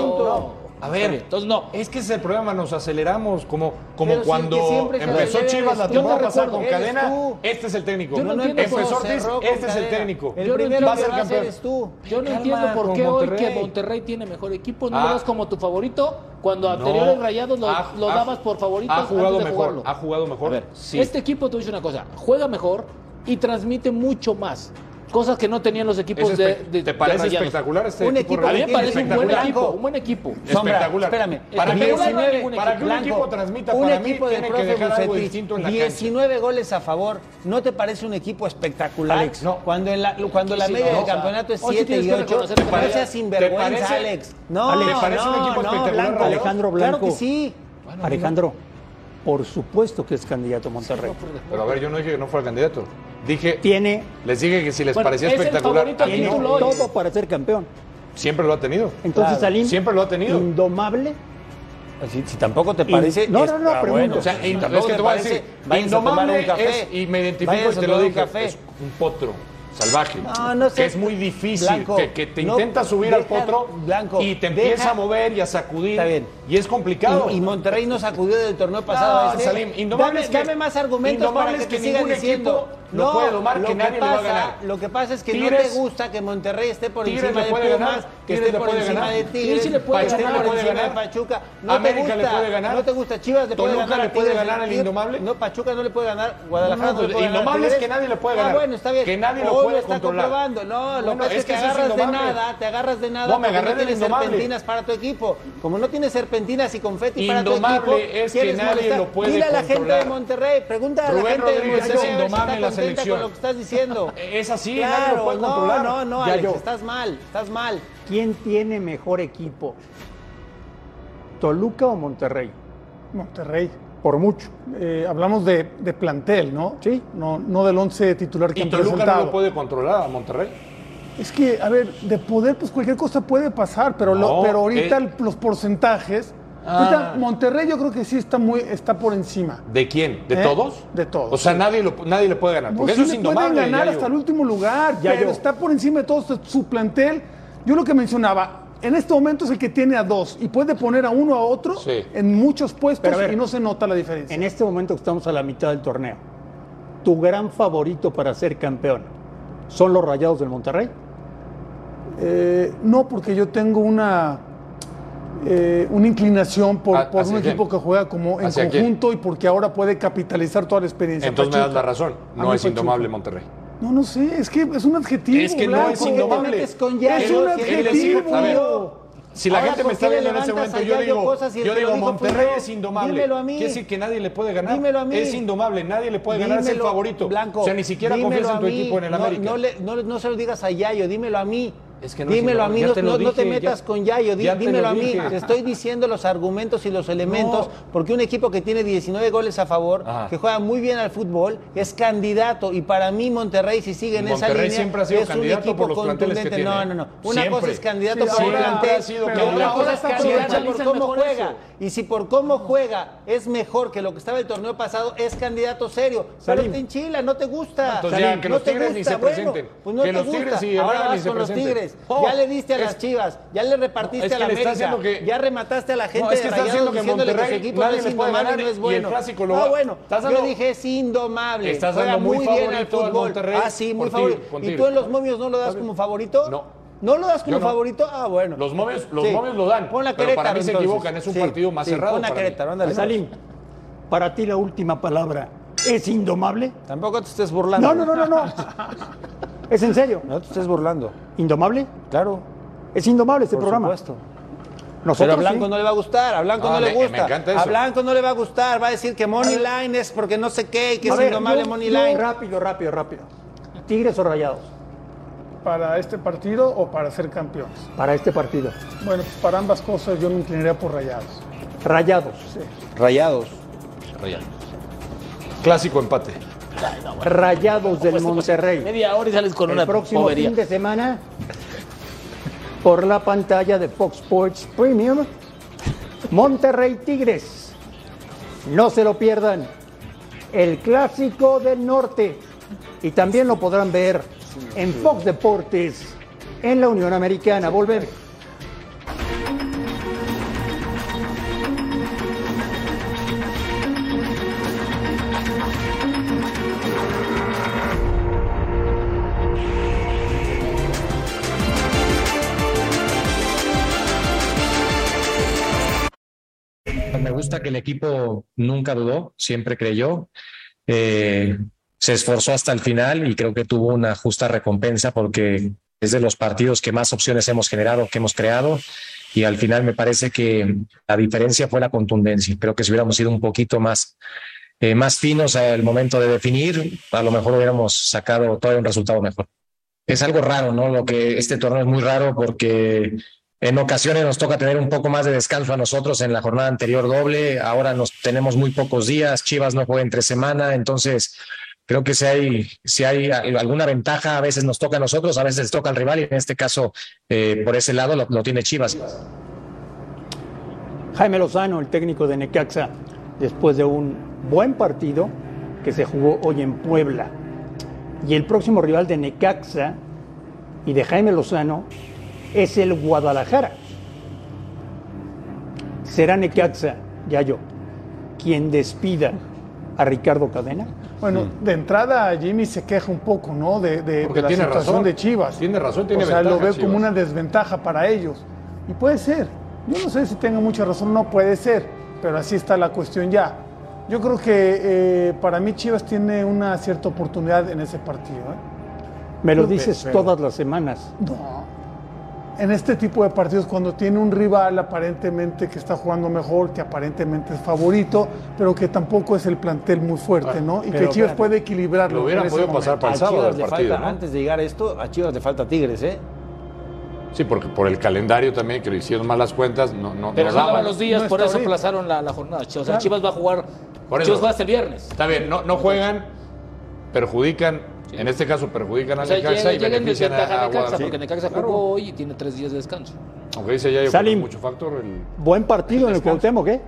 Speaker 10: A ver, entonces no. Es que ese programa nos aceleramos como, como
Speaker 9: Pero si
Speaker 10: cuando
Speaker 9: el que siempre se
Speaker 10: empezó
Speaker 9: acelera
Speaker 10: Chivas la
Speaker 9: eres tú.
Speaker 10: temporada
Speaker 9: Yo no
Speaker 10: pasada con
Speaker 9: recuerdo, eres
Speaker 10: Cadena.
Speaker 9: tú.
Speaker 10: Este es el técnico.
Speaker 9: Yo no entiendo
Speaker 10: empezó
Speaker 9: cómo
Speaker 10: Ortiz,
Speaker 9: cerró con
Speaker 10: este es el
Speaker 9: Cadena.
Speaker 10: técnico.
Speaker 9: Yo no entiendo
Speaker 10: va a ser
Speaker 9: qué va a hacer
Speaker 10: campeón.
Speaker 9: es tú. Yo no entiendo por
Speaker 10: con
Speaker 9: qué hoy que
Speaker 10: Monterrey.
Speaker 9: Monterrey tiene mejor equipo no
Speaker 10: Ah.
Speaker 9: lo das como tu favorito cuando
Speaker 10: No.
Speaker 9: anteriores Rayados lo,
Speaker 10: Ha-
Speaker 9: lo
Speaker 10: ha-
Speaker 9: dabas por favorito
Speaker 10: Ha jugado
Speaker 9: antes de
Speaker 10: mejor.
Speaker 9: jugarlo.
Speaker 10: Ha jugado mejor. sí.
Speaker 9: Este equipo, te voy a decir una cosa, juega mejor y transmite mucho más. Cosas que no tenían los equipos
Speaker 10: Es
Speaker 9: de,
Speaker 10: espe-
Speaker 9: de-
Speaker 10: ¿te parece
Speaker 9: de Rayados.
Speaker 10: espectacular este
Speaker 9: un
Speaker 10: equipo
Speaker 9: equipo? A mí me
Speaker 10: realmente?
Speaker 9: parece un buen
Speaker 10: Espectacular.
Speaker 9: equipo, un buen equipo.
Speaker 10: Espectacular.
Speaker 11: espérame.
Speaker 10: Para mí,
Speaker 11: Espectacular.
Speaker 10: para
Speaker 11: 19,
Speaker 10: que un equipo
Speaker 11: Blanco,
Speaker 10: transmita,
Speaker 11: un
Speaker 10: para mí
Speaker 11: equipo del
Speaker 10: tiene que
Speaker 11: profe
Speaker 10: dejar algo
Speaker 11: Bucetich,
Speaker 10: distinto en la cancha.
Speaker 11: 19 goles a favor. ¿No te parece un equipo espectacular?
Speaker 10: Alex,
Speaker 11: no. Cuando, en la, cuando la
Speaker 10: Sí,
Speaker 11: media
Speaker 10: no.
Speaker 11: del campeonato es
Speaker 10: Hoy sí
Speaker 11: 7
Speaker 10: tienes
Speaker 11: y
Speaker 10: que
Speaker 11: 8,
Speaker 10: reconocer que
Speaker 11: no
Speaker 10: Rayados-
Speaker 11: seas
Speaker 10: ¿Te
Speaker 11: sinvergüenza,
Speaker 10: parece-
Speaker 11: Alex. No,
Speaker 10: Alex, ¿te parece
Speaker 11: no,
Speaker 10: un equipo
Speaker 11: no,
Speaker 10: espectacular,
Speaker 11: Blanco.
Speaker 10: Rayados?
Speaker 14: Alejandro Blanco.
Speaker 11: Claro que sí.
Speaker 14: Alejandro, por supuesto que es candidato a Monterrey.
Speaker 10: Pero a ver, yo no dije que no fuera candidato. Dije.
Speaker 14: Tiene.
Speaker 10: Les dije que si les
Speaker 14: Bueno,
Speaker 10: parecía
Speaker 14: es el
Speaker 10: espectacular.
Speaker 14: favorito al
Speaker 10: a mí no.
Speaker 14: título hoy. Todo para ser campeón.
Speaker 10: Siempre lo ha tenido.
Speaker 14: Entonces,
Speaker 10: Claro.
Speaker 14: Salim,
Speaker 10: Siempre lo ha tenido.
Speaker 14: indomable.
Speaker 11: Si, si tampoco te parece.
Speaker 14: No, no, no,
Speaker 11: está
Speaker 14: pregunto.
Speaker 11: bueno.
Speaker 10: O sea,
Speaker 11: Si
Speaker 10: in-
Speaker 11: tampoco
Speaker 10: es que
Speaker 11: te
Speaker 10: te voy a
Speaker 11: parece,
Speaker 10: decir,
Speaker 11: váyanse a tomar
Speaker 10: indomable
Speaker 11: un café.
Speaker 10: es- y me identifico y
Speaker 11: Váyanse
Speaker 10: te
Speaker 11: a
Speaker 10: lo
Speaker 11: tomar un
Speaker 10: dije,
Speaker 11: café.
Speaker 10: es un potro salvaje,
Speaker 11: Ah, No, no
Speaker 10: que
Speaker 11: seas-
Speaker 10: es muy difícil,
Speaker 11: Blanco,
Speaker 10: que, que te
Speaker 11: no,
Speaker 10: intenta subir al
Speaker 11: deja-
Speaker 10: potro
Speaker 11: Blanco,
Speaker 10: y te
Speaker 11: deja-
Speaker 10: empieza a mover y a sacudir,
Speaker 11: Está bien.
Speaker 10: y es complicado.
Speaker 11: Y, y Monterrey nos sacudió del torneo
Speaker 10: No,
Speaker 11: pasado. a este.
Speaker 10: Salim, indomable
Speaker 11: dame,
Speaker 10: es que-
Speaker 11: dame más argumentos
Speaker 10: indomable
Speaker 11: para que,
Speaker 10: es que
Speaker 11: te sigan
Speaker 10: ningún
Speaker 11: diciendo.
Speaker 10: equipo lo puede domar, que nadie le va a ganar.
Speaker 11: Lo que pasa es que no te
Speaker 10: Tigres-
Speaker 11: gusta que Monterrey esté por
Speaker 10: Tigres
Speaker 11: encima
Speaker 10: le
Speaker 11: de
Speaker 10: puede
Speaker 11: Pumas,
Speaker 10: ganar,
Speaker 11: que
Speaker 10: Tigres
Speaker 11: esté
Speaker 10: le
Speaker 11: por
Speaker 10: puede
Speaker 11: encima
Speaker 10: ganar.
Speaker 11: de Tigres,
Speaker 10: Tigres le puede
Speaker 11: Pachuca
Speaker 10: ganar,
Speaker 11: por
Speaker 10: le puede
Speaker 11: encima de
Speaker 10: ganar.
Speaker 11: Pachuca. No
Speaker 10: América
Speaker 11: te
Speaker 10: le
Speaker 11: gusta,
Speaker 10: puede ganar.
Speaker 11: No te gusta Chivas, le puede
Speaker 10: Toluca
Speaker 11: ganar. a
Speaker 10: le puede
Speaker 11: Tigres,
Speaker 10: ganar al
Speaker 11: Tigres-
Speaker 10: indomable.
Speaker 11: No, Pachuca no le puede ganar. Guadalajara no, le puede ganar. a
Speaker 10: Indomable es que
Speaker 11: Tigres.
Speaker 10: nadie le puede ganar.
Speaker 11: Ah, bueno, está bien.
Speaker 10: Que nadie lo
Speaker 11: Hoy
Speaker 10: puede
Speaker 11: está
Speaker 10: controlar.
Speaker 11: comprobando. No, lo que
Speaker 10: Bueno,
Speaker 11: pasa es
Speaker 10: es
Speaker 11: que
Speaker 10: que
Speaker 11: te
Speaker 10: ese es
Speaker 11: agarras de
Speaker 10: indomable.
Speaker 11: nada, te agarras de nada.
Speaker 10: No, me
Speaker 11: porque
Speaker 10: agarré del
Speaker 11: tienes
Speaker 10: indomable.
Speaker 11: serpentinas para tu equipo. Como no tienes serpentinas y confeti para tu
Speaker 10: Indomable
Speaker 11: equipo,
Speaker 10: es que
Speaker 11: quieres
Speaker 10: nadie
Speaker 11: molestar.
Speaker 10: lo puede
Speaker 11: Dile a la gente
Speaker 10: controlar.
Speaker 11: de Monterrey, pregunta a la
Speaker 10: Rubén
Speaker 11: gente de
Speaker 10: Rodríguez
Speaker 11: Monterrey
Speaker 10: es
Speaker 11: si está
Speaker 10: indomable en la
Speaker 11: contenta
Speaker 10: selección.
Speaker 11: con lo que estás diciendo.
Speaker 10: <laughs> Es así,
Speaker 11: claro,
Speaker 10: nadie lo puede
Speaker 11: no,
Speaker 10: controlar.
Speaker 11: No, no,
Speaker 10: Ya
Speaker 11: Alex,
Speaker 10: yo.
Speaker 11: estás mal, estás mal.
Speaker 14: ¿Quién tiene mejor equipo? ¿Toluca o Monterrey?
Speaker 7: Monterrey.
Speaker 14: Por mucho.
Speaker 7: Eh, hablamos de, de plantel, ¿no? Sí. No, no del 11 titular que
Speaker 10: Y
Speaker 7: han
Speaker 10: Toluca no
Speaker 7: presentado.
Speaker 10: lo puede controlar a Monterrey.
Speaker 7: Es que, a ver, de poder, pues cualquier cosa puede pasar, pero, lo-
Speaker 10: No,
Speaker 7: pero ahorita
Speaker 10: eh.
Speaker 7: el- los porcentajes.
Speaker 10: Ah.
Speaker 7: ahorita Monterrey yo creo que sí está muy, está por encima.
Speaker 10: ¿De quién? ¿De
Speaker 7: ¿Eh?
Speaker 10: todos?
Speaker 7: De todos,
Speaker 10: O sea,
Speaker 7: sí.
Speaker 10: nadie, lo- nadie le puede ganar.
Speaker 7: No,
Speaker 10: Porque
Speaker 7: sí
Speaker 10: eso es
Speaker 7: le pueden
Speaker 10: indomable.
Speaker 7: ganar
Speaker 10: Yayo.
Speaker 7: hasta el último lugar,
Speaker 10: Ya
Speaker 7: pero
Speaker 10: yo.
Speaker 7: está por encima de todo su, su plantel. Yo lo que mencionaba, en este momento es el que tiene a dos y puede poner a uno a otro
Speaker 14: Sí.
Speaker 7: en muchos puestos
Speaker 14: Pero a ver,
Speaker 7: y no se nota la diferencia.
Speaker 14: En este momento que estamos a la mitad del torneo, ¿tu gran favorito para ser campeón son los Rayados del Monterrey?
Speaker 7: Eh, no, porque yo tengo una, eh, una inclinación por,
Speaker 10: ¿A-
Speaker 7: por un
Speaker 10: Ah, hacia quién?
Speaker 7: equipo que juega como en
Speaker 10: ¿Hacia quién?
Speaker 7: conjunto y porque ahora puede capitalizar toda la experiencia.
Speaker 10: Entonces me das
Speaker 7: Pachuca.
Speaker 10: la razón.
Speaker 7: A
Speaker 10: No
Speaker 7: mí
Speaker 10: es
Speaker 7: Pachuca.
Speaker 10: indomable Monterrey.
Speaker 7: No, no sé, es que es un adjetivo.
Speaker 10: Es que no
Speaker 7: Blanco.
Speaker 10: es indomable.
Speaker 11: metes con Yayo?
Speaker 7: Es un
Speaker 11: ¿Por qué le sigues?
Speaker 7: adjetivo.
Speaker 10: A ver, si la
Speaker 11: Ahora,
Speaker 10: gente
Speaker 11: ¿por
Speaker 10: me
Speaker 11: qué
Speaker 10: está
Speaker 11: le
Speaker 10: viendo en ese
Speaker 11: levantas
Speaker 10: momento,
Speaker 11: a
Speaker 10: yo
Speaker 11: Yayo
Speaker 10: digo,
Speaker 11: cosas y él
Speaker 10: yo
Speaker 11: te lo
Speaker 10: digo
Speaker 11: dijo
Speaker 10: Monterrey
Speaker 11: primero?
Speaker 10: es indomable.
Speaker 11: Dímelo a mí.
Speaker 10: Quiere decir que nadie le puede ganar.
Speaker 11: Dímelo a mí.
Speaker 10: Es indomable, nadie le puede ganar. Es el
Speaker 11: Dímelo,
Speaker 10: favorito.
Speaker 11: Blanco,
Speaker 10: o sea, ni siquiera
Speaker 11: dímelo
Speaker 10: confías en
Speaker 11: a
Speaker 10: tu
Speaker 11: mí.
Speaker 10: equipo en el
Speaker 11: No,
Speaker 10: América.
Speaker 11: No, le- no, le- no se lo digas a Yayo, dímelo a mí.
Speaker 10: Es que no es
Speaker 11: dímelo a mí,
Speaker 10: indomable, ya
Speaker 11: no,
Speaker 10: te lo
Speaker 11: no- no te
Speaker 10: dije, ya-
Speaker 11: metas con Yayo, di-
Speaker 10: ya te
Speaker 11: dímelo
Speaker 10: lo
Speaker 11: a mí.
Speaker 10: dije.
Speaker 11: Te estoy diciendo los argumentos y los elementos, porque un equipo que tiene 19 goles a favor,
Speaker 10: Ajá.
Speaker 11: que juega muy bien al fútbol, es candidato. Y para mí, Monterrey, si sigue en esa
Speaker 10: Monterrey
Speaker 11: línea,
Speaker 10: siempre ha sido
Speaker 11: es un
Speaker 10: candidato
Speaker 11: equipo
Speaker 10: por los planteles que
Speaker 11: contundente. No,
Speaker 10: tiene.
Speaker 11: no, no. Una
Speaker 10: Siempre.
Speaker 11: cosa es candidato
Speaker 10: Sí,
Speaker 11: por el
Speaker 10: siempre ha
Speaker 11: plantel,
Speaker 10: sido
Speaker 11: y otra
Speaker 10: candidato.
Speaker 11: cosa es
Speaker 10: Ahora está
Speaker 11: candidato por
Speaker 10: aprovechando
Speaker 11: cómo
Speaker 10: el mejor
Speaker 11: juega. Y si por cómo juega es mejor que lo que estaba el torneo pasado, es candidato serio. Pero
Speaker 10: Salim.
Speaker 11: te enchila, no te gusta.
Speaker 10: Entonces ya, que
Speaker 11: no
Speaker 10: los
Speaker 11: te
Speaker 10: Tigres ni
Speaker 11: gusta,
Speaker 10: se
Speaker 11: bueno,
Speaker 10: presenten.
Speaker 11: pues no
Speaker 10: Que
Speaker 11: te
Speaker 10: los
Speaker 11: gusta.
Speaker 10: Tigres y
Speaker 11: Ahora
Speaker 10: Herrera ni
Speaker 11: vas
Speaker 10: se
Speaker 11: con los
Speaker 10: presenten.
Speaker 11: Tigres.
Speaker 10: No,
Speaker 11: ya le diste a
Speaker 10: es-
Speaker 11: las Chivas, ya le repartiste
Speaker 10: No, es
Speaker 11: a la
Speaker 10: que le está
Speaker 11: América,
Speaker 10: haciendo que-
Speaker 11: ya remataste a la gente
Speaker 10: No, es que
Speaker 11: de
Speaker 10: está
Speaker 11: Rayados
Speaker 10: haciendo que
Speaker 11: diciéndole
Speaker 10: Monterrey
Speaker 11: su equipo no
Speaker 10: nadie
Speaker 11: es
Speaker 10: le puede
Speaker 11: indomable,
Speaker 10: ganar
Speaker 11: no
Speaker 10: y
Speaker 11: es
Speaker 10: el
Speaker 11: bueno.
Speaker 10: clásico lo
Speaker 11: no,
Speaker 10: va-
Speaker 11: bueno,
Speaker 10: Estás
Speaker 11: yo
Speaker 10: dando-
Speaker 11: dije es indomable.
Speaker 10: Estás
Speaker 11: juega
Speaker 10: dando muy
Speaker 11: muy bien al
Speaker 10: favorito al
Speaker 11: fútbol.
Speaker 10: Monterrey
Speaker 11: Ah, sí, muy
Speaker 10: por Tigres,
Speaker 11: favorito.
Speaker 10: con
Speaker 11: ¿Y tú
Speaker 10: Tigres.
Speaker 11: en los momios no lo das como favorito? No. ¿No lo das como
Speaker 10: Yo no.
Speaker 11: favorito? Ah, bueno.
Speaker 10: Los momios, los
Speaker 11: Sí.
Speaker 10: momios lo dan.
Speaker 11: Pon la
Speaker 10: pero para
Speaker 11: Querétaro,
Speaker 10: mí se
Speaker 11: entonces.
Speaker 10: equivocan. Es un
Speaker 11: Sí,
Speaker 10: partido más
Speaker 11: sí,
Speaker 10: cerrado.
Speaker 11: pon a
Speaker 10: para mí.
Speaker 11: Querétaro, ándale.
Speaker 14: Salim, para ti la última palabra es indomable.
Speaker 11: Tampoco te estés burlando.
Speaker 14: No, no, no, no, no.
Speaker 11: <laughs>
Speaker 14: Es en serio.
Speaker 11: No te estés burlando.
Speaker 14: ¿Indomable?
Speaker 11: Claro.
Speaker 14: Es indomable este programa. Nosotros
Speaker 11: Pero a Blanco
Speaker 14: sí.
Speaker 11: no le va a gustar, a Blanco
Speaker 14: Ah,
Speaker 11: no le
Speaker 14: me- me
Speaker 11: gusta.
Speaker 14: encanta
Speaker 11: A
Speaker 14: eso.
Speaker 11: Blanco no le va a gustar, va a decir que Money Line es porque no sé qué y que
Speaker 14: A
Speaker 11: es
Speaker 14: ver,
Speaker 11: indomable
Speaker 14: yo-
Speaker 11: Money
Speaker 14: yo-
Speaker 11: Line.
Speaker 14: Rápido, rápido, rápido. ¿Tigres o Rayados?
Speaker 7: ¿Para este partido o para ser campeones?
Speaker 14: Para este partido.
Speaker 7: Bueno, pues para ambas cosas yo me inclinaría por rayados.
Speaker 14: Rayados.
Speaker 11: Rayados.
Speaker 10: Rayados. Clásico empate.
Speaker 14: Ah, Rayados del Monterrey. Media hora y sales con
Speaker 9: una
Speaker 14: El próximo
Speaker 9: bobería.
Speaker 14: fin de semana, por la pantalla de Fox Sports Premium, Monterrey Tigres. No se lo pierdan. El clásico del norte. Y también lo podrán ver
Speaker 6: en Fox Deportes, en la Unión Americana. Volvemos.
Speaker 12: Me gusta que el equipo nunca dudó, siempre creyó. Eh, se esforzó hasta el final y creo que tuvo una justa recompensa porque es de los partidos que más opciones hemos generado, que hemos creado. Y al final me parece que la diferencia fue la contundencia. Creo que si hubiéramos sido un poquito más, eh, más finos al momento de definir, a lo mejor hubiéramos sacado todavía un resultado mejor. Es algo raro, ¿no? Lo que este torneo es muy raro porque en ocasiones nos toca tener un poco más de descanso a nosotros en la jornada anterior doble. Ahora nos tenemos muy pocos días. Chivas no juega entre semana. Entonces, creo que si hay, si hay alguna ventaja, a veces nos toca a nosotros, a veces toca al rival. Y en este caso, eh, por ese lado, lo, lo tiene Chivas.
Speaker 6: Jaime Lozano, el técnico de Necaxa, después de un buen partido que se jugó hoy en Puebla. Y el próximo rival de Necaxa y de Jaime Lozano es el Guadalajara. ¿Será Necaxa, Yayo, quien despida a Ricardo Cadena?
Speaker 7: Bueno, de entrada Jimmy se queja un poco, ¿no? De, de-
Speaker 10: Mm. Porque
Speaker 7: de la
Speaker 10: tiene
Speaker 7: situación
Speaker 10: razón.
Speaker 7: de Chivas.
Speaker 10: Tiene razón, tiene
Speaker 7: O sea, lo
Speaker 10: ventaja,
Speaker 7: veo
Speaker 10: Chivas.
Speaker 7: como una desventaja para ellos. Y puede ser. Yo no sé si tenga mucha razón, no puede ser. Pero así está la cuestión ya. Yo creo que eh, para mí Chivas tiene una cierta oportunidad en ese partido. ¿eh?
Speaker 6: Me lo
Speaker 7: Pero-
Speaker 6: dices
Speaker 7: pero-
Speaker 6: todas las semanas.
Speaker 7: No. En este tipo de partidos, cuando tiene un rival aparentemente que está jugando mejor, que aparentemente es favorito, pero que tampoco es el plantel muy fuerte, ¿no? Y que
Speaker 15: Ah, pero
Speaker 7: Chivas
Speaker 15: espérate.
Speaker 7: puede equilibrarlo. en ese momento.
Speaker 15: A Chivas le falta- Antes de llegar a esto, a Chivas le falta Tigres, ¿eh?
Speaker 10: Sí, porque por el calendario también, que le hicieron malas cuentas, no, no,
Speaker 9: Pero
Speaker 10: no
Speaker 9: no
Speaker 10: daban.
Speaker 9: daban los días,
Speaker 10: No
Speaker 9: por
Speaker 10: está
Speaker 9: eso
Speaker 10: ahorita.
Speaker 9: aplazaron la, la jornada. O sea,
Speaker 10: Claro.
Speaker 9: Chivas va a jugar.
Speaker 10: Por eso.
Speaker 9: Chivas juega hasta el viernes.
Speaker 10: Está bien, no, no juegan, perjudican, en este caso perjudican a
Speaker 9: O sea,
Speaker 10: Necaxa
Speaker 9: llegan,
Speaker 10: y
Speaker 9: llegan en
Speaker 10: benefician
Speaker 9: desventaja
Speaker 10: a,
Speaker 9: a
Speaker 10: a
Speaker 9: Necaxa,
Speaker 10: Guadalajara.
Speaker 9: porque Necaxa jugó hoy y tiene tres días de descanso.
Speaker 10: Aunque dice ya yo que
Speaker 9: Salim.
Speaker 10: es mucho factor, el-
Speaker 6: Buen partido en el Cuauhtémoc, ¿eh?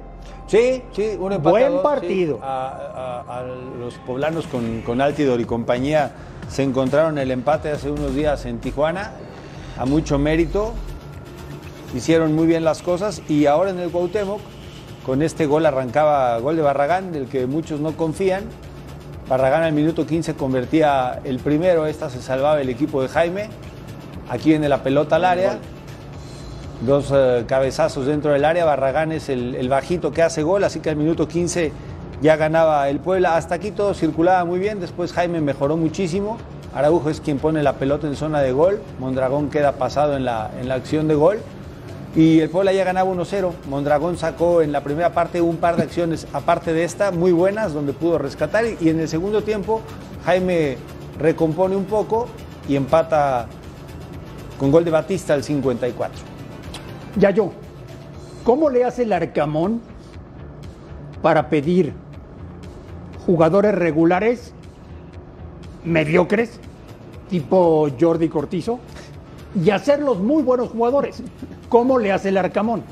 Speaker 15: Sí, sí, un empate a
Speaker 6: Buen
Speaker 15: dos,
Speaker 6: partido.
Speaker 15: sí.
Speaker 11: A, a- a los poblanos con, con Altidor y compañía se encontraron el empate hace unos días en Tijuana, a mucho mérito, hicieron muy bien las cosas y ahora en el Cuauhtémoc, con este gol arrancaba gol de Barragán, del que muchos no confían. Barragán al minuto 15 convertía el primero, esta se salvaba el equipo de Jaime. Aquí viene la pelota al área. Dos eh, cabezazos dentro del área. Barragán es el, el bajito que hace gol, así que al minuto 15 ya ganaba el Puebla. Hasta aquí todo circulaba muy bien. Después Jaime mejoró muchísimo. Araujo es quien pone la pelota en zona de gol. Mondragón queda pasado en la, en la acción de gol. Y el Puebla ya ganaba 1-0. Mondragón sacó en la primera parte un par de acciones, aparte de esta, muy buenas, donde pudo rescatar. Y en el segundo tiempo, Jaime recompone un poco y empata con gol de Batista al 54.
Speaker 6: Yayo, ¿cómo le hace el Arcamón para pedir jugadores regulares, mediocres, tipo Jordi Cortizo, y hacerlos muy buenos jugadores? ¿Cómo le hace el Arcamón?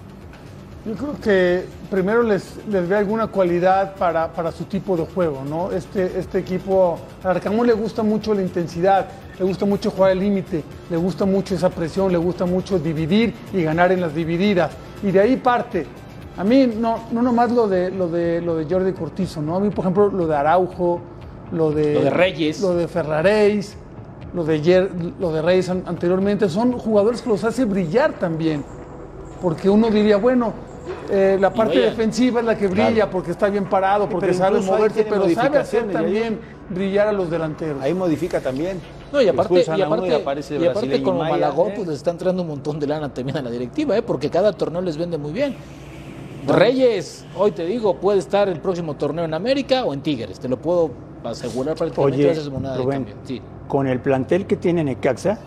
Speaker 7: Yo creo que primero les, les ve alguna cualidad para, para su tipo de juego, ¿no? Este, este equipo, a Arcamón le gusta mucho la intensidad, le gusta mucho jugar al límite, le gusta mucho esa presión, le gusta mucho dividir y ganar en las divididas. Y de ahí parte. A mí, no, no nomás lo de, lo, de, lo de Jordi Cortizo, ¿no? A mí, por ejemplo, lo de Araujo, lo de,
Speaker 9: Lo de Reyes.
Speaker 7: Lo de Ferraréis, lo de, Yer- lo de Reyes an- anteriormente, son jugadores que los hace brillar también porque uno diría, bueno, eh, la parte
Speaker 6: brillan.
Speaker 7: defensiva es la que brilla porque está bien parado, porque
Speaker 6: pero
Speaker 7: sabe
Speaker 6: incluso ahí
Speaker 7: moverse,
Speaker 6: tiene
Speaker 7: pero sabe hacer
Speaker 6: modificaciones, ya
Speaker 7: también brillar a los delanteros.
Speaker 15: Ahí modifica también.
Speaker 9: No, y aparte,
Speaker 15: Expulsan
Speaker 9: y
Speaker 15: a uno
Speaker 9: aparte,
Speaker 15: y aparece
Speaker 9: y aparte
Speaker 15: brasileño
Speaker 9: con
Speaker 15: Maya,
Speaker 9: Malagón,
Speaker 15: ¿eh?
Speaker 9: pues les está entrando un montón de lana también a la directiva, ¿eh? porque cada torneo les vende muy bien. Reyes, hoy te digo, puede estar el próximo torneo en América o en Tigres, te lo puedo asegurar
Speaker 6: <laughs>
Speaker 9: prácticamente.
Speaker 6: Oye,
Speaker 9: esa es moneda de
Speaker 6: Rubén,
Speaker 9: cambio. Sí.
Speaker 6: con el plantel que tiene Necaxa,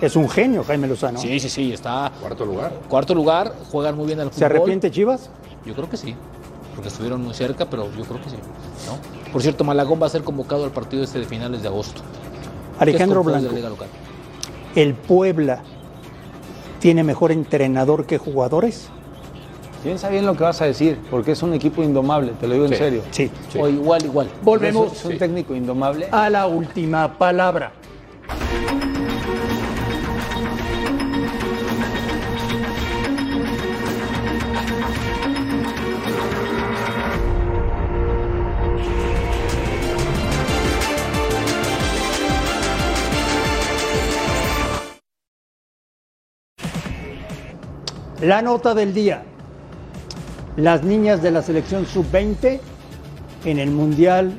Speaker 6: es un genio Jaime Lozano.
Speaker 9: sí, sí, sí, está.
Speaker 10: Cuarto lugar.
Speaker 9: Cuarto lugar, juegan muy bien al fútbol.
Speaker 6: ¿Se arrepiente Chivas?
Speaker 9: Yo creo que sí, porque estuvieron muy cerca, pero yo creo que sí. ¿no? Por cierto, Malagón va a ser convocado al partido este de finales de agosto.
Speaker 6: Alejandro
Speaker 9: Que es convocado de
Speaker 6: Blanco.
Speaker 9: la Liga Local.
Speaker 6: ¿El Puebla tiene mejor entrenador que jugadores?
Speaker 15: Piensa bien lo que vas a decir, porque es un equipo indomable, te lo digo
Speaker 6: Sí.
Speaker 15: en serio.
Speaker 6: Sí.
Speaker 9: O igual, igual.
Speaker 6: Volvemos.
Speaker 15: Es un técnico indomable.
Speaker 6: A la última palabra. La nota del día. Las niñas de la selección sub-20 en el Mundial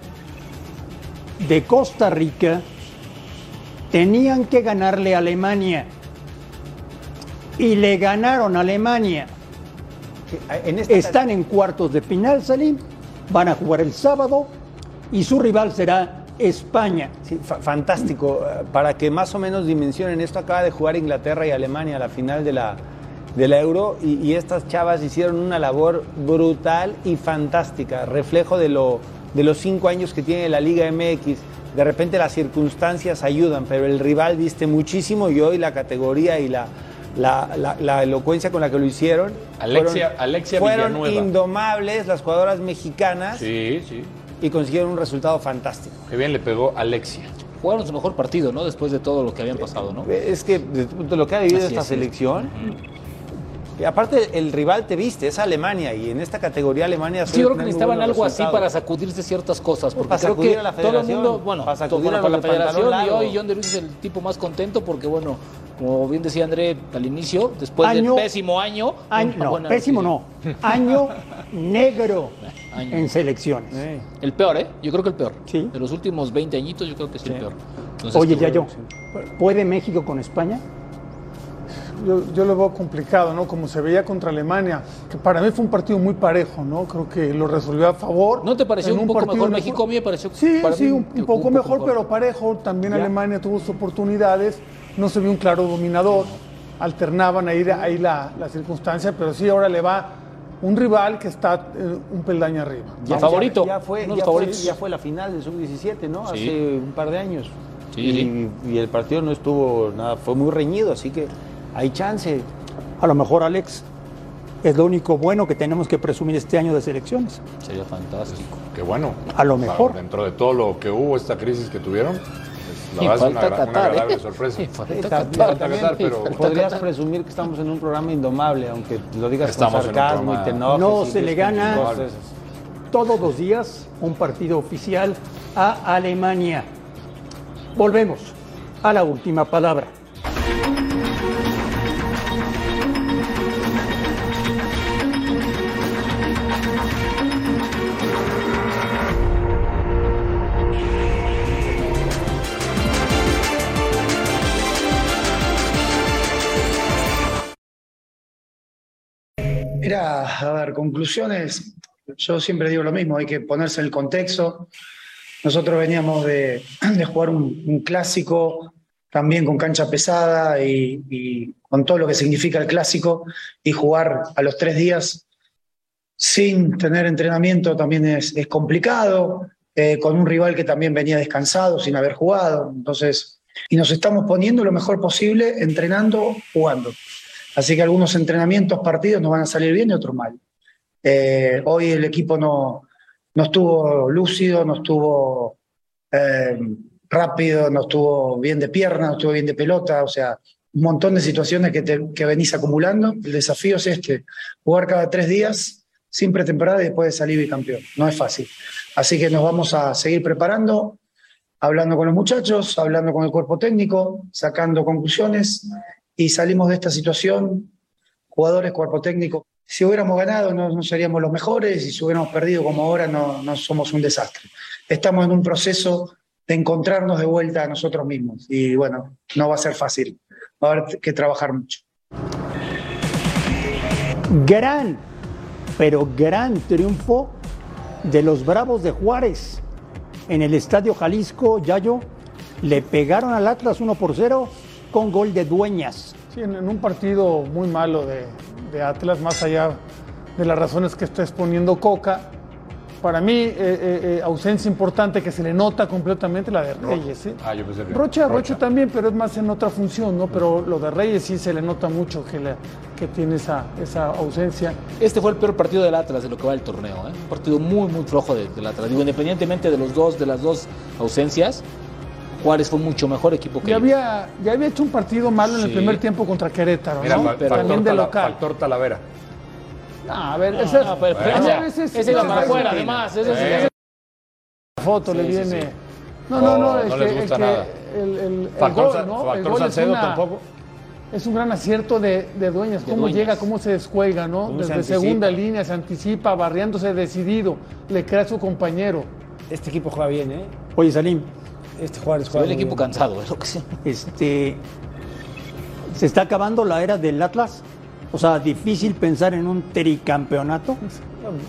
Speaker 6: de Costa Rica tenían que ganarle a Alemania. Y le ganaron a Alemania. Están en cuartos de final, Salim. Van a jugar el sábado y su rival será España.
Speaker 11: Sí, fa- fantástico. Eh, Para que más o menos dimensionen esto, acaba de jugar Inglaterra y Alemania la final de la, de la Euro y, y estas chavas hicieron una labor brutal y fantástica, reflejo de, lo, de los cinco años que tiene la Liga MX. De repente las circunstancias ayudan, pero el rival viste muchísimo y hoy la categoría y la, la, la- la elocuencia con la que lo hicieron.
Speaker 10: Alexia-
Speaker 11: fueron,
Speaker 10: Alexia
Speaker 11: fueron
Speaker 10: Villanueva.
Speaker 11: indomables las jugadoras mexicanas
Speaker 10: Sí, sí.
Speaker 11: y consiguieron un resultado fantástico.
Speaker 10: Qué bien le pegó Alexia.
Speaker 9: Jugaron su mejor partido, ¿no? Después de todo lo que habían pasado, ¿no?
Speaker 11: Eh, Es que de de lo que ha vivido
Speaker 9: Así
Speaker 11: esta
Speaker 9: es, sí.
Speaker 11: selección. Y aparte, el rival te viste, es Alemania, y en esta categoría Alemania.
Speaker 9: Sí,
Speaker 11: suele
Speaker 9: yo
Speaker 11: tener
Speaker 9: creo que
Speaker 11: muy
Speaker 9: necesitaban
Speaker 11: buenos
Speaker 9: algo así
Speaker 11: resultados.
Speaker 9: para sacudirse ciertas cosas, porque
Speaker 11: Para
Speaker 9: creo
Speaker 11: sacudir
Speaker 9: que
Speaker 11: a la
Speaker 9: todo el
Speaker 11: federación,
Speaker 9: mundo, bueno,
Speaker 11: para
Speaker 9: todo-
Speaker 11: sacudir a
Speaker 9: bueno,
Speaker 11: los
Speaker 9: con la
Speaker 11: de pantalón
Speaker 9: federación y
Speaker 11: largo.
Speaker 9: hoy John de Luis es el tipo más contento porque bueno, como bien decía André al inicio, después
Speaker 6: Año-
Speaker 9: del pésimo año,
Speaker 6: Año-
Speaker 9: una
Speaker 6: no,
Speaker 9: Ah, buena
Speaker 6: pésimo no.
Speaker 9: noticia. <laughs>
Speaker 6: Año negro
Speaker 9: Año.
Speaker 6: en selecciones.
Speaker 9: El peor, ¿eh? Yo creo que el peor. De los últimos 20 añitos, yo creo que es el peor. Entonces,
Speaker 6: Oye,
Speaker 9: qué
Speaker 6: ya yo,
Speaker 9: bueno,
Speaker 6: ¿puede México con España?
Speaker 7: yo, yo lo veo complicado, ¿no? Como se veía contra Alemania, que para mí fue un partido muy parejo, ¿no? Creo que lo resolvió a favor.
Speaker 9: ¿No te pareció
Speaker 7: En
Speaker 9: un, poco
Speaker 7: partido
Speaker 9: mejor
Speaker 7: en el-
Speaker 9: México? A mí me pareció
Speaker 7: Sí,
Speaker 9: para
Speaker 7: sí,
Speaker 9: mí
Speaker 7: un,
Speaker 9: que
Speaker 7: un
Speaker 9: jugó
Speaker 7: poco mejor, pero parejo. También
Speaker 9: Ya.
Speaker 7: Alemania tuvo sus oportunidades. No se vio un claro dominador. Alternaban ahí, ahí la, la circunstancia, pero sí ahora le va un rival que está eh, un peldaño arriba.
Speaker 11: Ya,
Speaker 7: Vamos a ver.
Speaker 11: Ya, fue, ya, Fue, ya fue la final del sub-17, ¿no?
Speaker 7: Sí.
Speaker 11: Hace un par de años.
Speaker 7: Sí,
Speaker 11: y, y el partido no estuvo nada, fue muy reñido, así que hay chance.
Speaker 6: A lo mejor, Alex, es lo único bueno que tenemos que presumir este año de selecciones.
Speaker 9: Sería fantástico.
Speaker 10: Pues, Qué bueno.
Speaker 6: A lo
Speaker 10: O sea,
Speaker 6: mejor.
Speaker 10: dentro de todo lo que hubo, esta crisis que tuvieron, pues, la
Speaker 11: Y
Speaker 10: verdad es una,
Speaker 11: falta
Speaker 10: gra- una
Speaker 11: Qatar, ¿eh?
Speaker 10: agradable sorpresa.
Speaker 11: Sí, falta
Speaker 10: Sí,
Speaker 11: Qatar,
Speaker 10: falta
Speaker 11: también,
Speaker 10: Qatar,
Speaker 11: sí,
Speaker 10: pero
Speaker 11: falta Podrías Qatar. presumir que estamos en un programa indomable, aunque lo digas
Speaker 10: Estamos
Speaker 11: con
Speaker 10: en un
Speaker 11: sarcasmo y
Speaker 10: programa-
Speaker 11: te enojes.
Speaker 6: No
Speaker 11: y
Speaker 6: se le
Speaker 11: dices
Speaker 6: gana.
Speaker 11: cosas de esas.
Speaker 6: Todos los días un partido oficial a Alemania. Volvemos a la última palabra.
Speaker 16: Mira, a ver, conclusiones. Yo siempre digo lo mismo, hay que ponerse en el contexto. Nosotros veníamos de, de jugar un, un clásico, también con cancha pesada y, y con todo lo que significa el clásico, y jugar a los tres días sin tener entrenamiento también es, es complicado, eh, con un rival que también venía descansado, sin haber jugado. Entonces, y nos estamos poniendo lo mejor posible, entrenando, jugando. Así que algunos entrenamientos, partidos nos van a salir bien y otros mal. Eh, hoy el equipo no, no estuvo lúcido, no estuvo eh, rápido, no estuvo bien de pierna, no estuvo bien de pelota, o sea, un montón de situaciones que, te- que venís acumulando. El desafío es este, jugar cada tres días sin pretemporada y después de salir bicampeón. No es fácil. Así que nos vamos a seguir preparando, hablando con los muchachos, hablando con el cuerpo técnico, sacando conclusiones y salimos de esta situación jugadores, cuerpo técnico. Si hubiéramos ganado no, no seríamos los mejores y si hubiéramos perdido como ahora no, no somos un desastre. Estamos en un proceso de encontrarnos de vuelta a nosotros mismos y bueno, no va a ser fácil. Va a haber que trabajar mucho.
Speaker 6: Gran, pero gran triunfo de los Bravos de Juárez. En el Estadio Jalisco, Yayo, le pegaron al Atlas 1 por 0 con gol de Dueñas.
Speaker 7: Sí, en, en un partido muy malo de, de Atlas, más allá de las razones que está exponiendo Coca. Para mí, eh, eh, eh, ausencia importante que se le nota completamente la de Reyes. ¿sí?
Speaker 10: Ah, yo pensé que-
Speaker 7: Rocha, Rocha también, pero es más en otra función, ¿no? Pero lo de Reyes sí se le nota mucho que, le- que tiene esa, esa ausencia.
Speaker 9: Este fue el peor partido del Atlas de lo que va el torneo, ¿eh? Un partido muy, muy flojo de- del Atlas. Digo, independientemente de los dos, de las dos ausencias, Juárez fue mucho mejor equipo que
Speaker 7: Ya
Speaker 9: ellos.
Speaker 7: había, ya había hecho un partido malo en el
Speaker 9: Sí.
Speaker 7: primer tiempo contra Querétaro,
Speaker 10: Mira,
Speaker 7: ¿no?
Speaker 10: fa-
Speaker 7: Pero también
Speaker 10: factor,
Speaker 7: de
Speaker 10: Tala-
Speaker 7: local.
Speaker 10: factor Talavera.
Speaker 7: Ah, a ver, ese,
Speaker 10: Ah, pero- pero-
Speaker 7: a ver,
Speaker 10: ese-
Speaker 7: ese-
Speaker 10: ese
Speaker 7: ese
Speaker 10: iba
Speaker 7: es
Speaker 10: para
Speaker 7: de
Speaker 10: afuera,
Speaker 7: Argentina.
Speaker 10: además, ese sí.
Speaker 7: Eh. La foto le
Speaker 10: Sí, sí,
Speaker 7: viene.
Speaker 10: sí.
Speaker 7: No, no,
Speaker 10: Oh,
Speaker 7: no, el
Speaker 10: no
Speaker 7: que-
Speaker 10: les gusta
Speaker 7: el que-
Speaker 10: nada.
Speaker 7: El, el- el
Speaker 10: Factor
Speaker 7: gol,
Speaker 10: Sa-
Speaker 7: ¿no?
Speaker 10: factor
Speaker 7: el gol es
Speaker 10: Salcedo
Speaker 7: una-
Speaker 10: tampoco.
Speaker 7: Es un gran acierto de, de Dueñas, cómo
Speaker 10: Dueñas.
Speaker 7: llega, cómo se descuelga, ¿no?
Speaker 10: Cómo se
Speaker 7: Desde
Speaker 10: anticipa.
Speaker 7: segunda línea se anticipa, barriéndose decidido, le crea a su compañero.
Speaker 11: Este equipo juega bien, ¿eh?
Speaker 14: Oye, Salim.
Speaker 11: Este Juárez juega muy bien.
Speaker 9: es lo que
Speaker 14: Este, ¿Se está acabando la era del Atlas? O sea, difícil pensar en un tricampeonato.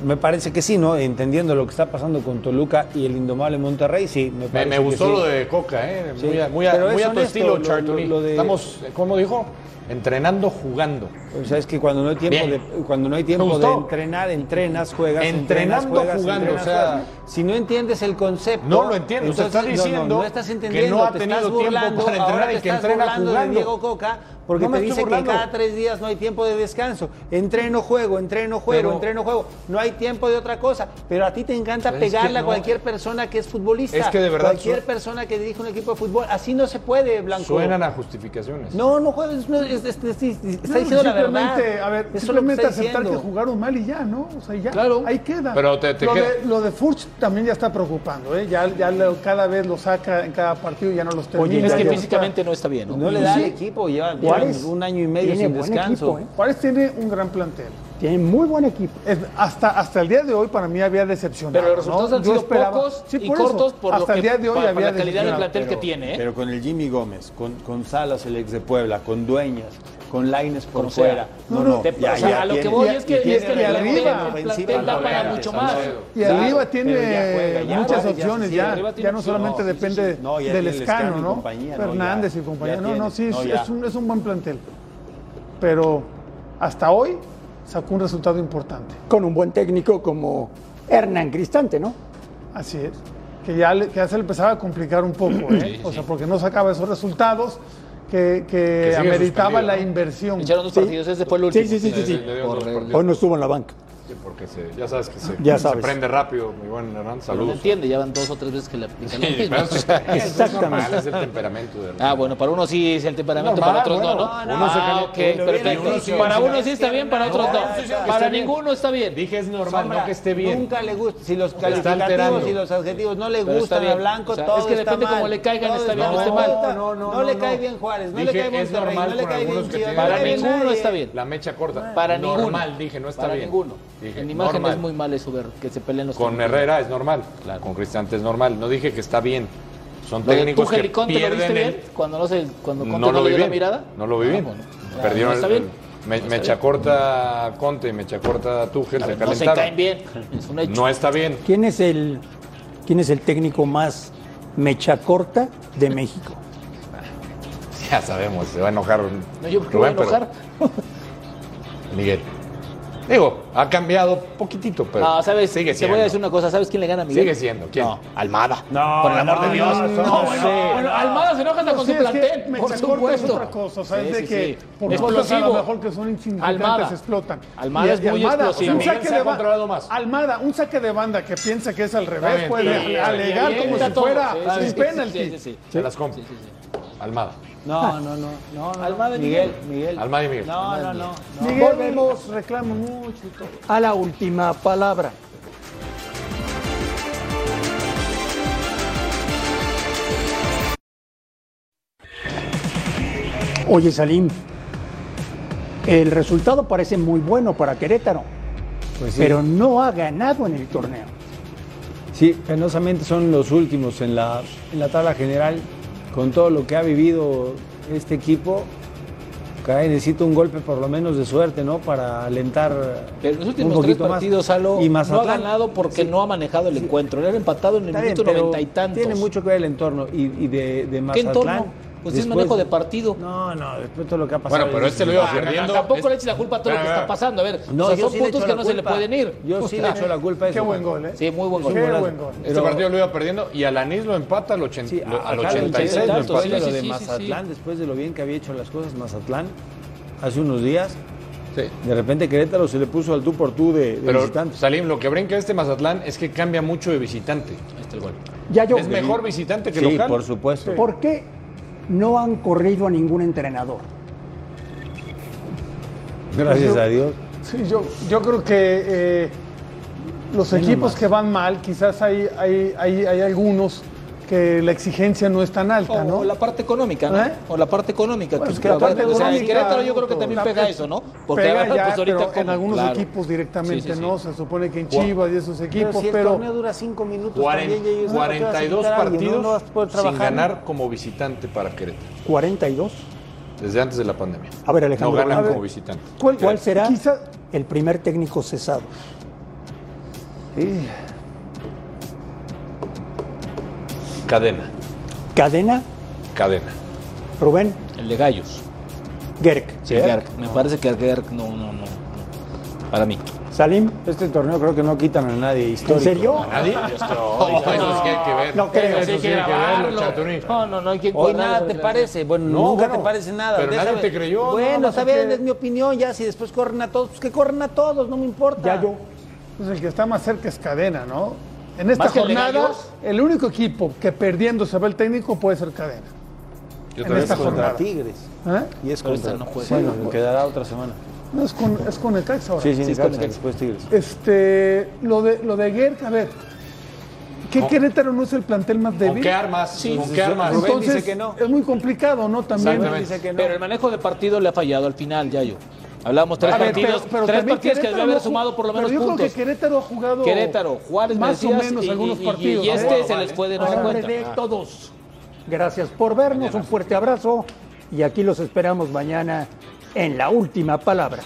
Speaker 11: Me parece que sí, ¿no? Entendiendo lo que está pasando con Toluca y el indomable Monterrey, sí. Me,
Speaker 10: Me,
Speaker 11: parece
Speaker 10: me
Speaker 11: que
Speaker 10: gustó
Speaker 11: sí.
Speaker 10: lo de Coca, ¿eh?
Speaker 11: Sí.
Speaker 10: Muy, a, muy a-
Speaker 11: Pero es
Speaker 10: muy a tu
Speaker 11: honesto,
Speaker 10: estilo,
Speaker 11: lo-
Speaker 10: Chartuni.
Speaker 11: lo- lo de-
Speaker 10: Estamos, ¿cómo dijo? Entrenando, jugando.
Speaker 11: O sea, es Pues que cuando no hay tiempo, de, cuando no hay tiempo de
Speaker 10: gustó?
Speaker 11: entrenar, entrenas, juegas.
Speaker 10: Entrenando,
Speaker 11: entrenas, juegas,
Speaker 10: jugando,
Speaker 11: entrenas,
Speaker 10: o sea-
Speaker 11: juegas. si no entiendes el concepto.
Speaker 10: No lo entiendo, o
Speaker 11: entonces-
Speaker 10: sea, estás
Speaker 11: no, no,
Speaker 10: diciendo
Speaker 11: no estás
Speaker 10: que
Speaker 11: entendiendo,
Speaker 10: no ha
Speaker 11: te
Speaker 10: tenido
Speaker 11: estás
Speaker 10: tiempo
Speaker 11: burlando,
Speaker 10: para entrenar
Speaker 11: ahora
Speaker 10: y
Speaker 11: te
Speaker 10: que
Speaker 11: estás
Speaker 10: entrena
Speaker 11: burlando
Speaker 10: jugando.
Speaker 11: de Diego Coca porque
Speaker 10: No me
Speaker 11: te
Speaker 10: estoy
Speaker 11: dice que
Speaker 10: burlando.
Speaker 11: cada tres días no hay tiempo de descanso. Entreno, juego, entreno, juego,
Speaker 10: Pero-
Speaker 11: entreno, juego. No hay tiempo de otra cosa. Pero a ti te encanta
Speaker 10: Es que
Speaker 11: pegarle a
Speaker 10: no.
Speaker 11: cualquier persona que es futbolista.
Speaker 10: Es que de verdad
Speaker 11: Cualquier
Speaker 10: su-
Speaker 11: persona que dirige un equipo de fútbol. Así no se puede, Blanco.
Speaker 10: Suenan a justificaciones.
Speaker 11: No, no juegas, es- es- es- es- está diciendo la verdad.
Speaker 7: Simplemente, A ver,
Speaker 11: Eso es lo que
Speaker 7: simplemente
Speaker 11: está
Speaker 7: aceptar que
Speaker 11: diciendo.
Speaker 7: jugaron mal y ya, ¿no? O sea, ya. Claro. Ahí queda.
Speaker 10: Pero te- te
Speaker 7: lo,
Speaker 10: queda-
Speaker 7: De, lo de Furch también ya está preocupando, ¿eh? Ya, ya lo- cada vez lo saca en cada partido y ya no los termina.
Speaker 9: es que
Speaker 7: Ya
Speaker 9: físicamente no está bien. ¿no?
Speaker 11: No le da
Speaker 7: Sí.
Speaker 11: al equipo, lleva lleva
Speaker 7: Juárez
Speaker 11: un año y medio
Speaker 7: tiene
Speaker 11: sin
Speaker 7: buen
Speaker 11: descanso.
Speaker 7: equipo, ¿eh? Juárez tiene un gran plantel.
Speaker 14: Tiene muy buen equipo.
Speaker 7: Es- hasta, hasta el día de hoy para mí había decepcionado.
Speaker 9: Pero los resultados
Speaker 7: ¿no?
Speaker 9: han
Speaker 7: Yo
Speaker 9: sido
Speaker 7: esperaba-
Speaker 9: pocos
Speaker 7: Sí,
Speaker 9: y
Speaker 7: por eso.
Speaker 9: cortos por lo
Speaker 7: hasta el
Speaker 9: que-
Speaker 7: día de hoy
Speaker 9: para-
Speaker 7: había
Speaker 9: para la calidad del
Speaker 7: decepcionado.
Speaker 9: plantel que tiene. ¿eh?
Speaker 11: Pero con el Jimmy Gómez, con, con Salas, el ex de Puebla, con Dueñas, con Laines por
Speaker 9: Como sea.
Speaker 11: fuera.
Speaker 9: No, no, te- o sea, a lo que voy es que- es que el plantel- el plantel da para mucho más.
Speaker 7: Y arriba tiene muchas opciones, ya, ya no solamente depende del escano, ¿no? Fernández y compañía. No, no, sí, es- es, un, es un buen plantel. Pero hasta hoy sacó un resultado importante.
Speaker 14: Con un buen técnico como Hernán Cristante, ¿no?
Speaker 7: Así es. Que ya, le- que ya se le empezaba a complicar un poco, ¿eh? O sea, porque no sacaba esos resultados que, que
Speaker 9: sigue
Speaker 7: ameritaba
Speaker 9: suspendido,
Speaker 7: la
Speaker 9: ¿no?
Speaker 7: inversión.
Speaker 9: Echaron dos partidos, ese fue el último.
Speaker 14: Sí, sí, sí, sí, sí.
Speaker 10: Le dio dos partidos.
Speaker 14: Hoy no estuvo en la banca.
Speaker 10: Sí, porque se- ya sabes que se,
Speaker 14: Ya
Speaker 10: se
Speaker 14: sabes.
Speaker 10: prende rápido, mi buen Hernán.
Speaker 9: Pero no
Speaker 10: Saludos.
Speaker 9: entiende, ya van dos o tres veces que le aplican lo
Speaker 10: <laughs> Sí,
Speaker 9: mismo. <laughs>
Speaker 10: pero, o sea, es
Speaker 9: Exactamente.
Speaker 10: normal, es el temperamento de Hernán.
Speaker 9: Ah, bueno, para unos sí es el temperamento,
Speaker 10: Normal,
Speaker 9: para otros
Speaker 10: bueno.
Speaker 9: no, no.
Speaker 10: Uno se
Speaker 9: Ah,
Speaker 10: calienta, uno
Speaker 9: ok,
Speaker 10: se
Speaker 9: perfecto.
Speaker 10: calienta, uno sí,
Speaker 9: Para
Speaker 10: sí,
Speaker 9: uno
Speaker 10: sí.
Speaker 9: sí está bien, para otros
Speaker 10: No, sí, sí,
Speaker 9: no.
Speaker 10: está
Speaker 9: Para
Speaker 10: bien.
Speaker 9: ninguno está bien.
Speaker 10: Dije es normal, no que esté bien.
Speaker 11: Nunca le gusta. Si los
Speaker 10: sea, está alterando.
Speaker 11: calificativos y los adjetivos no le
Speaker 9: Pero está
Speaker 11: gustan a
Speaker 9: bien.
Speaker 11: Blanco,
Speaker 9: O sea,
Speaker 11: todo
Speaker 9: es que
Speaker 11: está
Speaker 9: depende
Speaker 11: mal.
Speaker 9: cómo le caigan,
Speaker 11: Todo
Speaker 9: está bien o
Speaker 11: mal.
Speaker 9: está mal.
Speaker 11: No, no, no, le cae bien Juárez, no le
Speaker 10: Dije,
Speaker 11: cae bien
Speaker 10: es
Speaker 11: Monterrey,
Speaker 10: normal
Speaker 11: no le
Speaker 10: con
Speaker 11: cae bien
Speaker 10: algunos que
Speaker 11: Chivas. no le
Speaker 10: tienen-
Speaker 9: Para
Speaker 11: cae bien
Speaker 9: ninguno
Speaker 11: nadie.
Speaker 9: está bien.
Speaker 10: La mecha corta.
Speaker 9: Para ninguno.
Speaker 10: normal, dije, no está
Speaker 9: Para
Speaker 10: bien.
Speaker 9: ninguno.
Speaker 10: Dije,
Speaker 9: en imagen
Speaker 10: normal.
Speaker 9: es muy mal eso ver que se peleen los
Speaker 10: Con Herrera es normal, con Cristante es normal. No dije que está bien. Son
Speaker 9: Lo de
Speaker 10: técnicos
Speaker 9: Tuchel
Speaker 10: que
Speaker 9: y Conte, ¿lo viste
Speaker 10: pierden el-
Speaker 9: bien? Cuando no se cuando Conte
Speaker 10: No lo vi
Speaker 9: dio la
Speaker 10: bien.
Speaker 9: mirada.
Speaker 10: No lo vi bien.
Speaker 9: no.
Speaker 10: Perdieron
Speaker 9: No está
Speaker 10: el-
Speaker 9: bien.
Speaker 10: el- me- mecha corta Conte, mecha corta Tuchel,
Speaker 9: A
Speaker 10: se
Speaker 9: ver, No se
Speaker 10: calentaron.
Speaker 9: caen bien. Es un hecho.
Speaker 10: No está bien.
Speaker 14: ¿Quién es el, quién es el técnico más mecha corta de México?
Speaker 10: <laughs> Ya sabemos, se va a enojar
Speaker 9: No, yo creo que voy a
Speaker 10: Rubén, pero-
Speaker 9: enojar. <laughs>
Speaker 10: Miguel. Digo, ha cambiado poquitito, pero
Speaker 9: No, Ah, sabes,
Speaker 10: sigue
Speaker 9: te
Speaker 10: siendo.
Speaker 9: voy a decir una cosa, ¿sabes quién le gana a Miguel?
Speaker 10: Sigue siendo. ¿Quién? Almada.
Speaker 9: No,
Speaker 10: Por el amor de Dios.
Speaker 9: No, bueno, bueno, Almada se enoja hasta
Speaker 7: No,
Speaker 9: con
Speaker 7: sí,
Speaker 9: su
Speaker 7: es que
Speaker 9: plantel,
Speaker 7: me
Speaker 9: por
Speaker 7: se corta
Speaker 9: supuesto.
Speaker 7: Es otra cosa, o sea, es
Speaker 9: Sí,
Speaker 7: de
Speaker 9: sí,
Speaker 7: que
Speaker 9: sí.
Speaker 7: por cosas a lo
Speaker 9: Explosivo.
Speaker 7: mejor que son insignificantes
Speaker 9: Almada.
Speaker 7: explotan.
Speaker 9: Almada es muy explosivo.
Speaker 7: Un
Speaker 9: Miguel
Speaker 7: saque
Speaker 9: se ha
Speaker 7: de ba-
Speaker 9: controlado más.
Speaker 7: Almada, un saque de banda que piensa que es al
Speaker 10: Está
Speaker 7: revés,
Speaker 10: bien,
Speaker 7: puede
Speaker 10: está bien.
Speaker 7: alegar
Speaker 10: Está bien,
Speaker 7: como si
Speaker 10: está todo.
Speaker 7: fuera
Speaker 10: Sí, sí,
Speaker 7: un
Speaker 10: sí,
Speaker 7: penalti.
Speaker 10: sí, sí, sí. Se las compro. Almada.
Speaker 11: No, no, no, no, no.
Speaker 14: Almada y
Speaker 11: Miguel, Miguel.
Speaker 10: Almada y Miguel.
Speaker 11: No, no, no. no.
Speaker 7: Miguel
Speaker 14: Volvemos.
Speaker 7: nos reclama mucho y todo.
Speaker 14: A la última palabra. Oye, Salim, el resultado parece muy bueno para Querétaro,
Speaker 11: Pues sí.
Speaker 14: pero no ha ganado en el torneo.
Speaker 11: Sí, penosamente son los últimos en la, en la tabla general. Con todo lo que ha vivido este equipo, cae, necesita un golpe por lo menos de suerte, ¿no? Para alentar
Speaker 9: Pero en los
Speaker 11: un
Speaker 9: últimos tres
Speaker 11: poquito
Speaker 9: partidos,
Speaker 11: más.
Speaker 9: Alo,
Speaker 11: y
Speaker 9: no ha
Speaker 11: Mazatlán
Speaker 9: ganado porque no ha manejado el encuentro. Le han empatado en el
Speaker 11: Está bien,
Speaker 9: minuto
Speaker 11: pero
Speaker 9: noventa y tantos.
Speaker 11: Tiene mucho que ver el entorno y, y de, de
Speaker 9: ¿Qué
Speaker 11: Mazatlán.
Speaker 9: entorno? Pues es
Speaker 11: después-
Speaker 9: manejo de partido.
Speaker 11: No, no, después de todo lo que ha pasado.
Speaker 10: Bueno, pero
Speaker 11: es-
Speaker 10: este lo iba
Speaker 11: Ah,
Speaker 10: perdiendo. Ah.
Speaker 9: Tampoco le eches la culpa a todo lo que
Speaker 10: Espera,
Speaker 9: está pasando. A ver,
Speaker 11: No,
Speaker 9: o sea,
Speaker 11: yo
Speaker 9: son
Speaker 11: sí le
Speaker 9: puntos
Speaker 11: echo
Speaker 9: que
Speaker 11: la
Speaker 9: no se le
Speaker 11: culpa.
Speaker 9: pueden ir.
Speaker 11: Yo sí le echo la culpa a eso.
Speaker 7: Qué buen gol, ¿eh?
Speaker 9: Sí, muy buen gol.
Speaker 7: Qué
Speaker 11: golazo.
Speaker 7: buen gol.
Speaker 10: Este partido lo iba perdiendo y Alanis lo empata al, ochen-
Speaker 11: Sí,
Speaker 10: lo- al
Speaker 11: acá al
Speaker 10: 86.
Speaker 11: 86,
Speaker 10: Lo empata.
Speaker 11: lo de
Speaker 9: sí, sí, sí,
Speaker 11: Mazatlán, después de lo bien que había hecho las cosas Mazatlán hace unos días, De repente Querétaro se le puso al tú por tú de, de
Speaker 10: Pero,
Speaker 11: visitante.
Speaker 10: Salim, lo que brinca este Mazatlán es que cambia mucho de visitante.
Speaker 6: Ya yo-
Speaker 10: Es mejor visitante que
Speaker 11: Sí,
Speaker 10: local.
Speaker 11: por supuesto.
Speaker 6: ¿Por qué no han corrido a ningún entrenador?
Speaker 11: Gracias a Dios.
Speaker 7: Sí, yo, yo creo que eh, los
Speaker 11: Ve
Speaker 7: equipos
Speaker 11: nomás.
Speaker 7: que van mal, quizás hay, hay, hay, hay algunos que la exigencia no es tan alta,
Speaker 9: O,
Speaker 7: ¿no?
Speaker 9: o la parte económica, ¿no?
Speaker 7: ¿Eh?
Speaker 9: O la parte económica.
Speaker 7: Bueno,
Speaker 9: que-
Speaker 7: es que la
Speaker 9: o
Speaker 7: parte
Speaker 9: sea, en
Speaker 7: económica,
Speaker 9: Querétaro yo creo que
Speaker 7: la
Speaker 9: también pega
Speaker 7: parte-
Speaker 9: eso, ¿no?
Speaker 7: pega
Speaker 9: ahora,
Speaker 7: ya,
Speaker 9: pues, ahorita
Speaker 7: pero en
Speaker 9: ¿cómo?
Speaker 7: algunos
Speaker 9: Claro.
Speaker 7: equipos directamente,
Speaker 9: Sí, sí, sí.
Speaker 7: ¿no? Se supone que en
Speaker 9: Guau.
Speaker 7: Chivas y esos equipos,
Speaker 11: si el
Speaker 7: pero...
Speaker 11: torneo dura cinco minutos,
Speaker 10: Cuaren-
Speaker 11: también, Yeyes, ¿no? ¿Para qué vas a
Speaker 10: 42
Speaker 11: quitar a alguien? No,
Speaker 10: partidos
Speaker 11: no vas a poder
Speaker 10: sin
Speaker 11: trabajar.
Speaker 10: ganar como visitante para Querétaro,
Speaker 6: 42.
Speaker 10: desde antes de la pandemia.
Speaker 6: A ver, Alejandro.
Speaker 10: No ganan
Speaker 6: a ver,
Speaker 10: como visitante.
Speaker 6: ¿Cuál, cuál será el primer técnico cesado?
Speaker 10: Cadena,
Speaker 6: Cadena,
Speaker 10: cadena.
Speaker 6: Rubén,
Speaker 9: El de Gallos.
Speaker 6: Gerk.
Speaker 9: Sí, Gerg. Me parece que Gerg no, no, no. Para mí.
Speaker 6: Salim.
Speaker 11: Este torneo creo que no quitan a nadie histórico.
Speaker 6: ¿En serio?
Speaker 9: <laughs>
Speaker 10: eso sí hay que ver.
Speaker 11: No creo,
Speaker 10: Eso
Speaker 11: sí hay que
Speaker 10: verlo,
Speaker 11: grabarlo.
Speaker 10: Chatuni.
Speaker 11: No, no, no hay que
Speaker 10: Hoy
Speaker 11: Hoy nada te parece. Bueno,
Speaker 10: No,
Speaker 11: nunca
Speaker 10: bueno,
Speaker 11: te parece nada.
Speaker 10: pero nadie
Speaker 11: Déjame-
Speaker 10: te creyó,
Speaker 11: Bueno,
Speaker 10: no, no
Speaker 11: está
Speaker 10: sé
Speaker 11: bien,
Speaker 10: qué.
Speaker 11: es mi opinión. Ya, si después corren a todos, pues que corren a todos, no me importa. Ya yo.
Speaker 7: Pues el que está más cerca es Cadena, ¿no? En esta
Speaker 11: ¿Más que el de
Speaker 7: jornada,
Speaker 11: Gallos?
Speaker 7: el único equipo que perdiendo se va el técnico puede ser Cadena.
Speaker 11: Yo
Speaker 7: en esta jornada.
Speaker 11: contra Tigres.
Speaker 7: ¿Eh?
Speaker 11: Y es
Speaker 7: Pero
Speaker 11: contra.
Speaker 7: esta no juega.
Speaker 11: bueno,
Speaker 7: Sí, no juega.
Speaker 11: quedará otra semana.
Speaker 7: No, es con, es con Necaxa ahora.
Speaker 11: Sí, sí, Necaxa,
Speaker 9: pues,
Speaker 11: después Tigres.
Speaker 7: Este, lo de, lo de Gerg, a ver, ¿qué Querétaro no es el plantel más débil?
Speaker 10: qué armas? ¿Con qué armas?
Speaker 7: Entonces,
Speaker 10: Rubén dice que
Speaker 7: es muy complicado, ¿no? También.
Speaker 9: Pero el manejo de partido le ha fallado al final, Yayo. Hablábamos tres
Speaker 7: A ver,
Speaker 9: partidos,
Speaker 7: pero- pero
Speaker 9: tres
Speaker 7: también
Speaker 9: partidos que
Speaker 7: Querétaro
Speaker 9: debió haber
Speaker 7: no jugó-
Speaker 9: sumado por lo menos
Speaker 7: pero yo
Speaker 9: puntos.
Speaker 7: creo que Querétaro ha jugado
Speaker 9: Querétaro, Juárez, me
Speaker 7: más o
Speaker 9: decías,
Speaker 7: menos
Speaker 9: y-
Speaker 7: algunos
Speaker 9: y- y-
Speaker 7: partidos.
Speaker 9: y
Speaker 7: ¿no?
Speaker 9: este se les fue de no se
Speaker 7: Ahora,
Speaker 9: cuenta.
Speaker 7: de-
Speaker 9: Ah.
Speaker 6: todos. Gracias por vernos, un fuerte abrazo y aquí los esperamos mañana en la última palabra.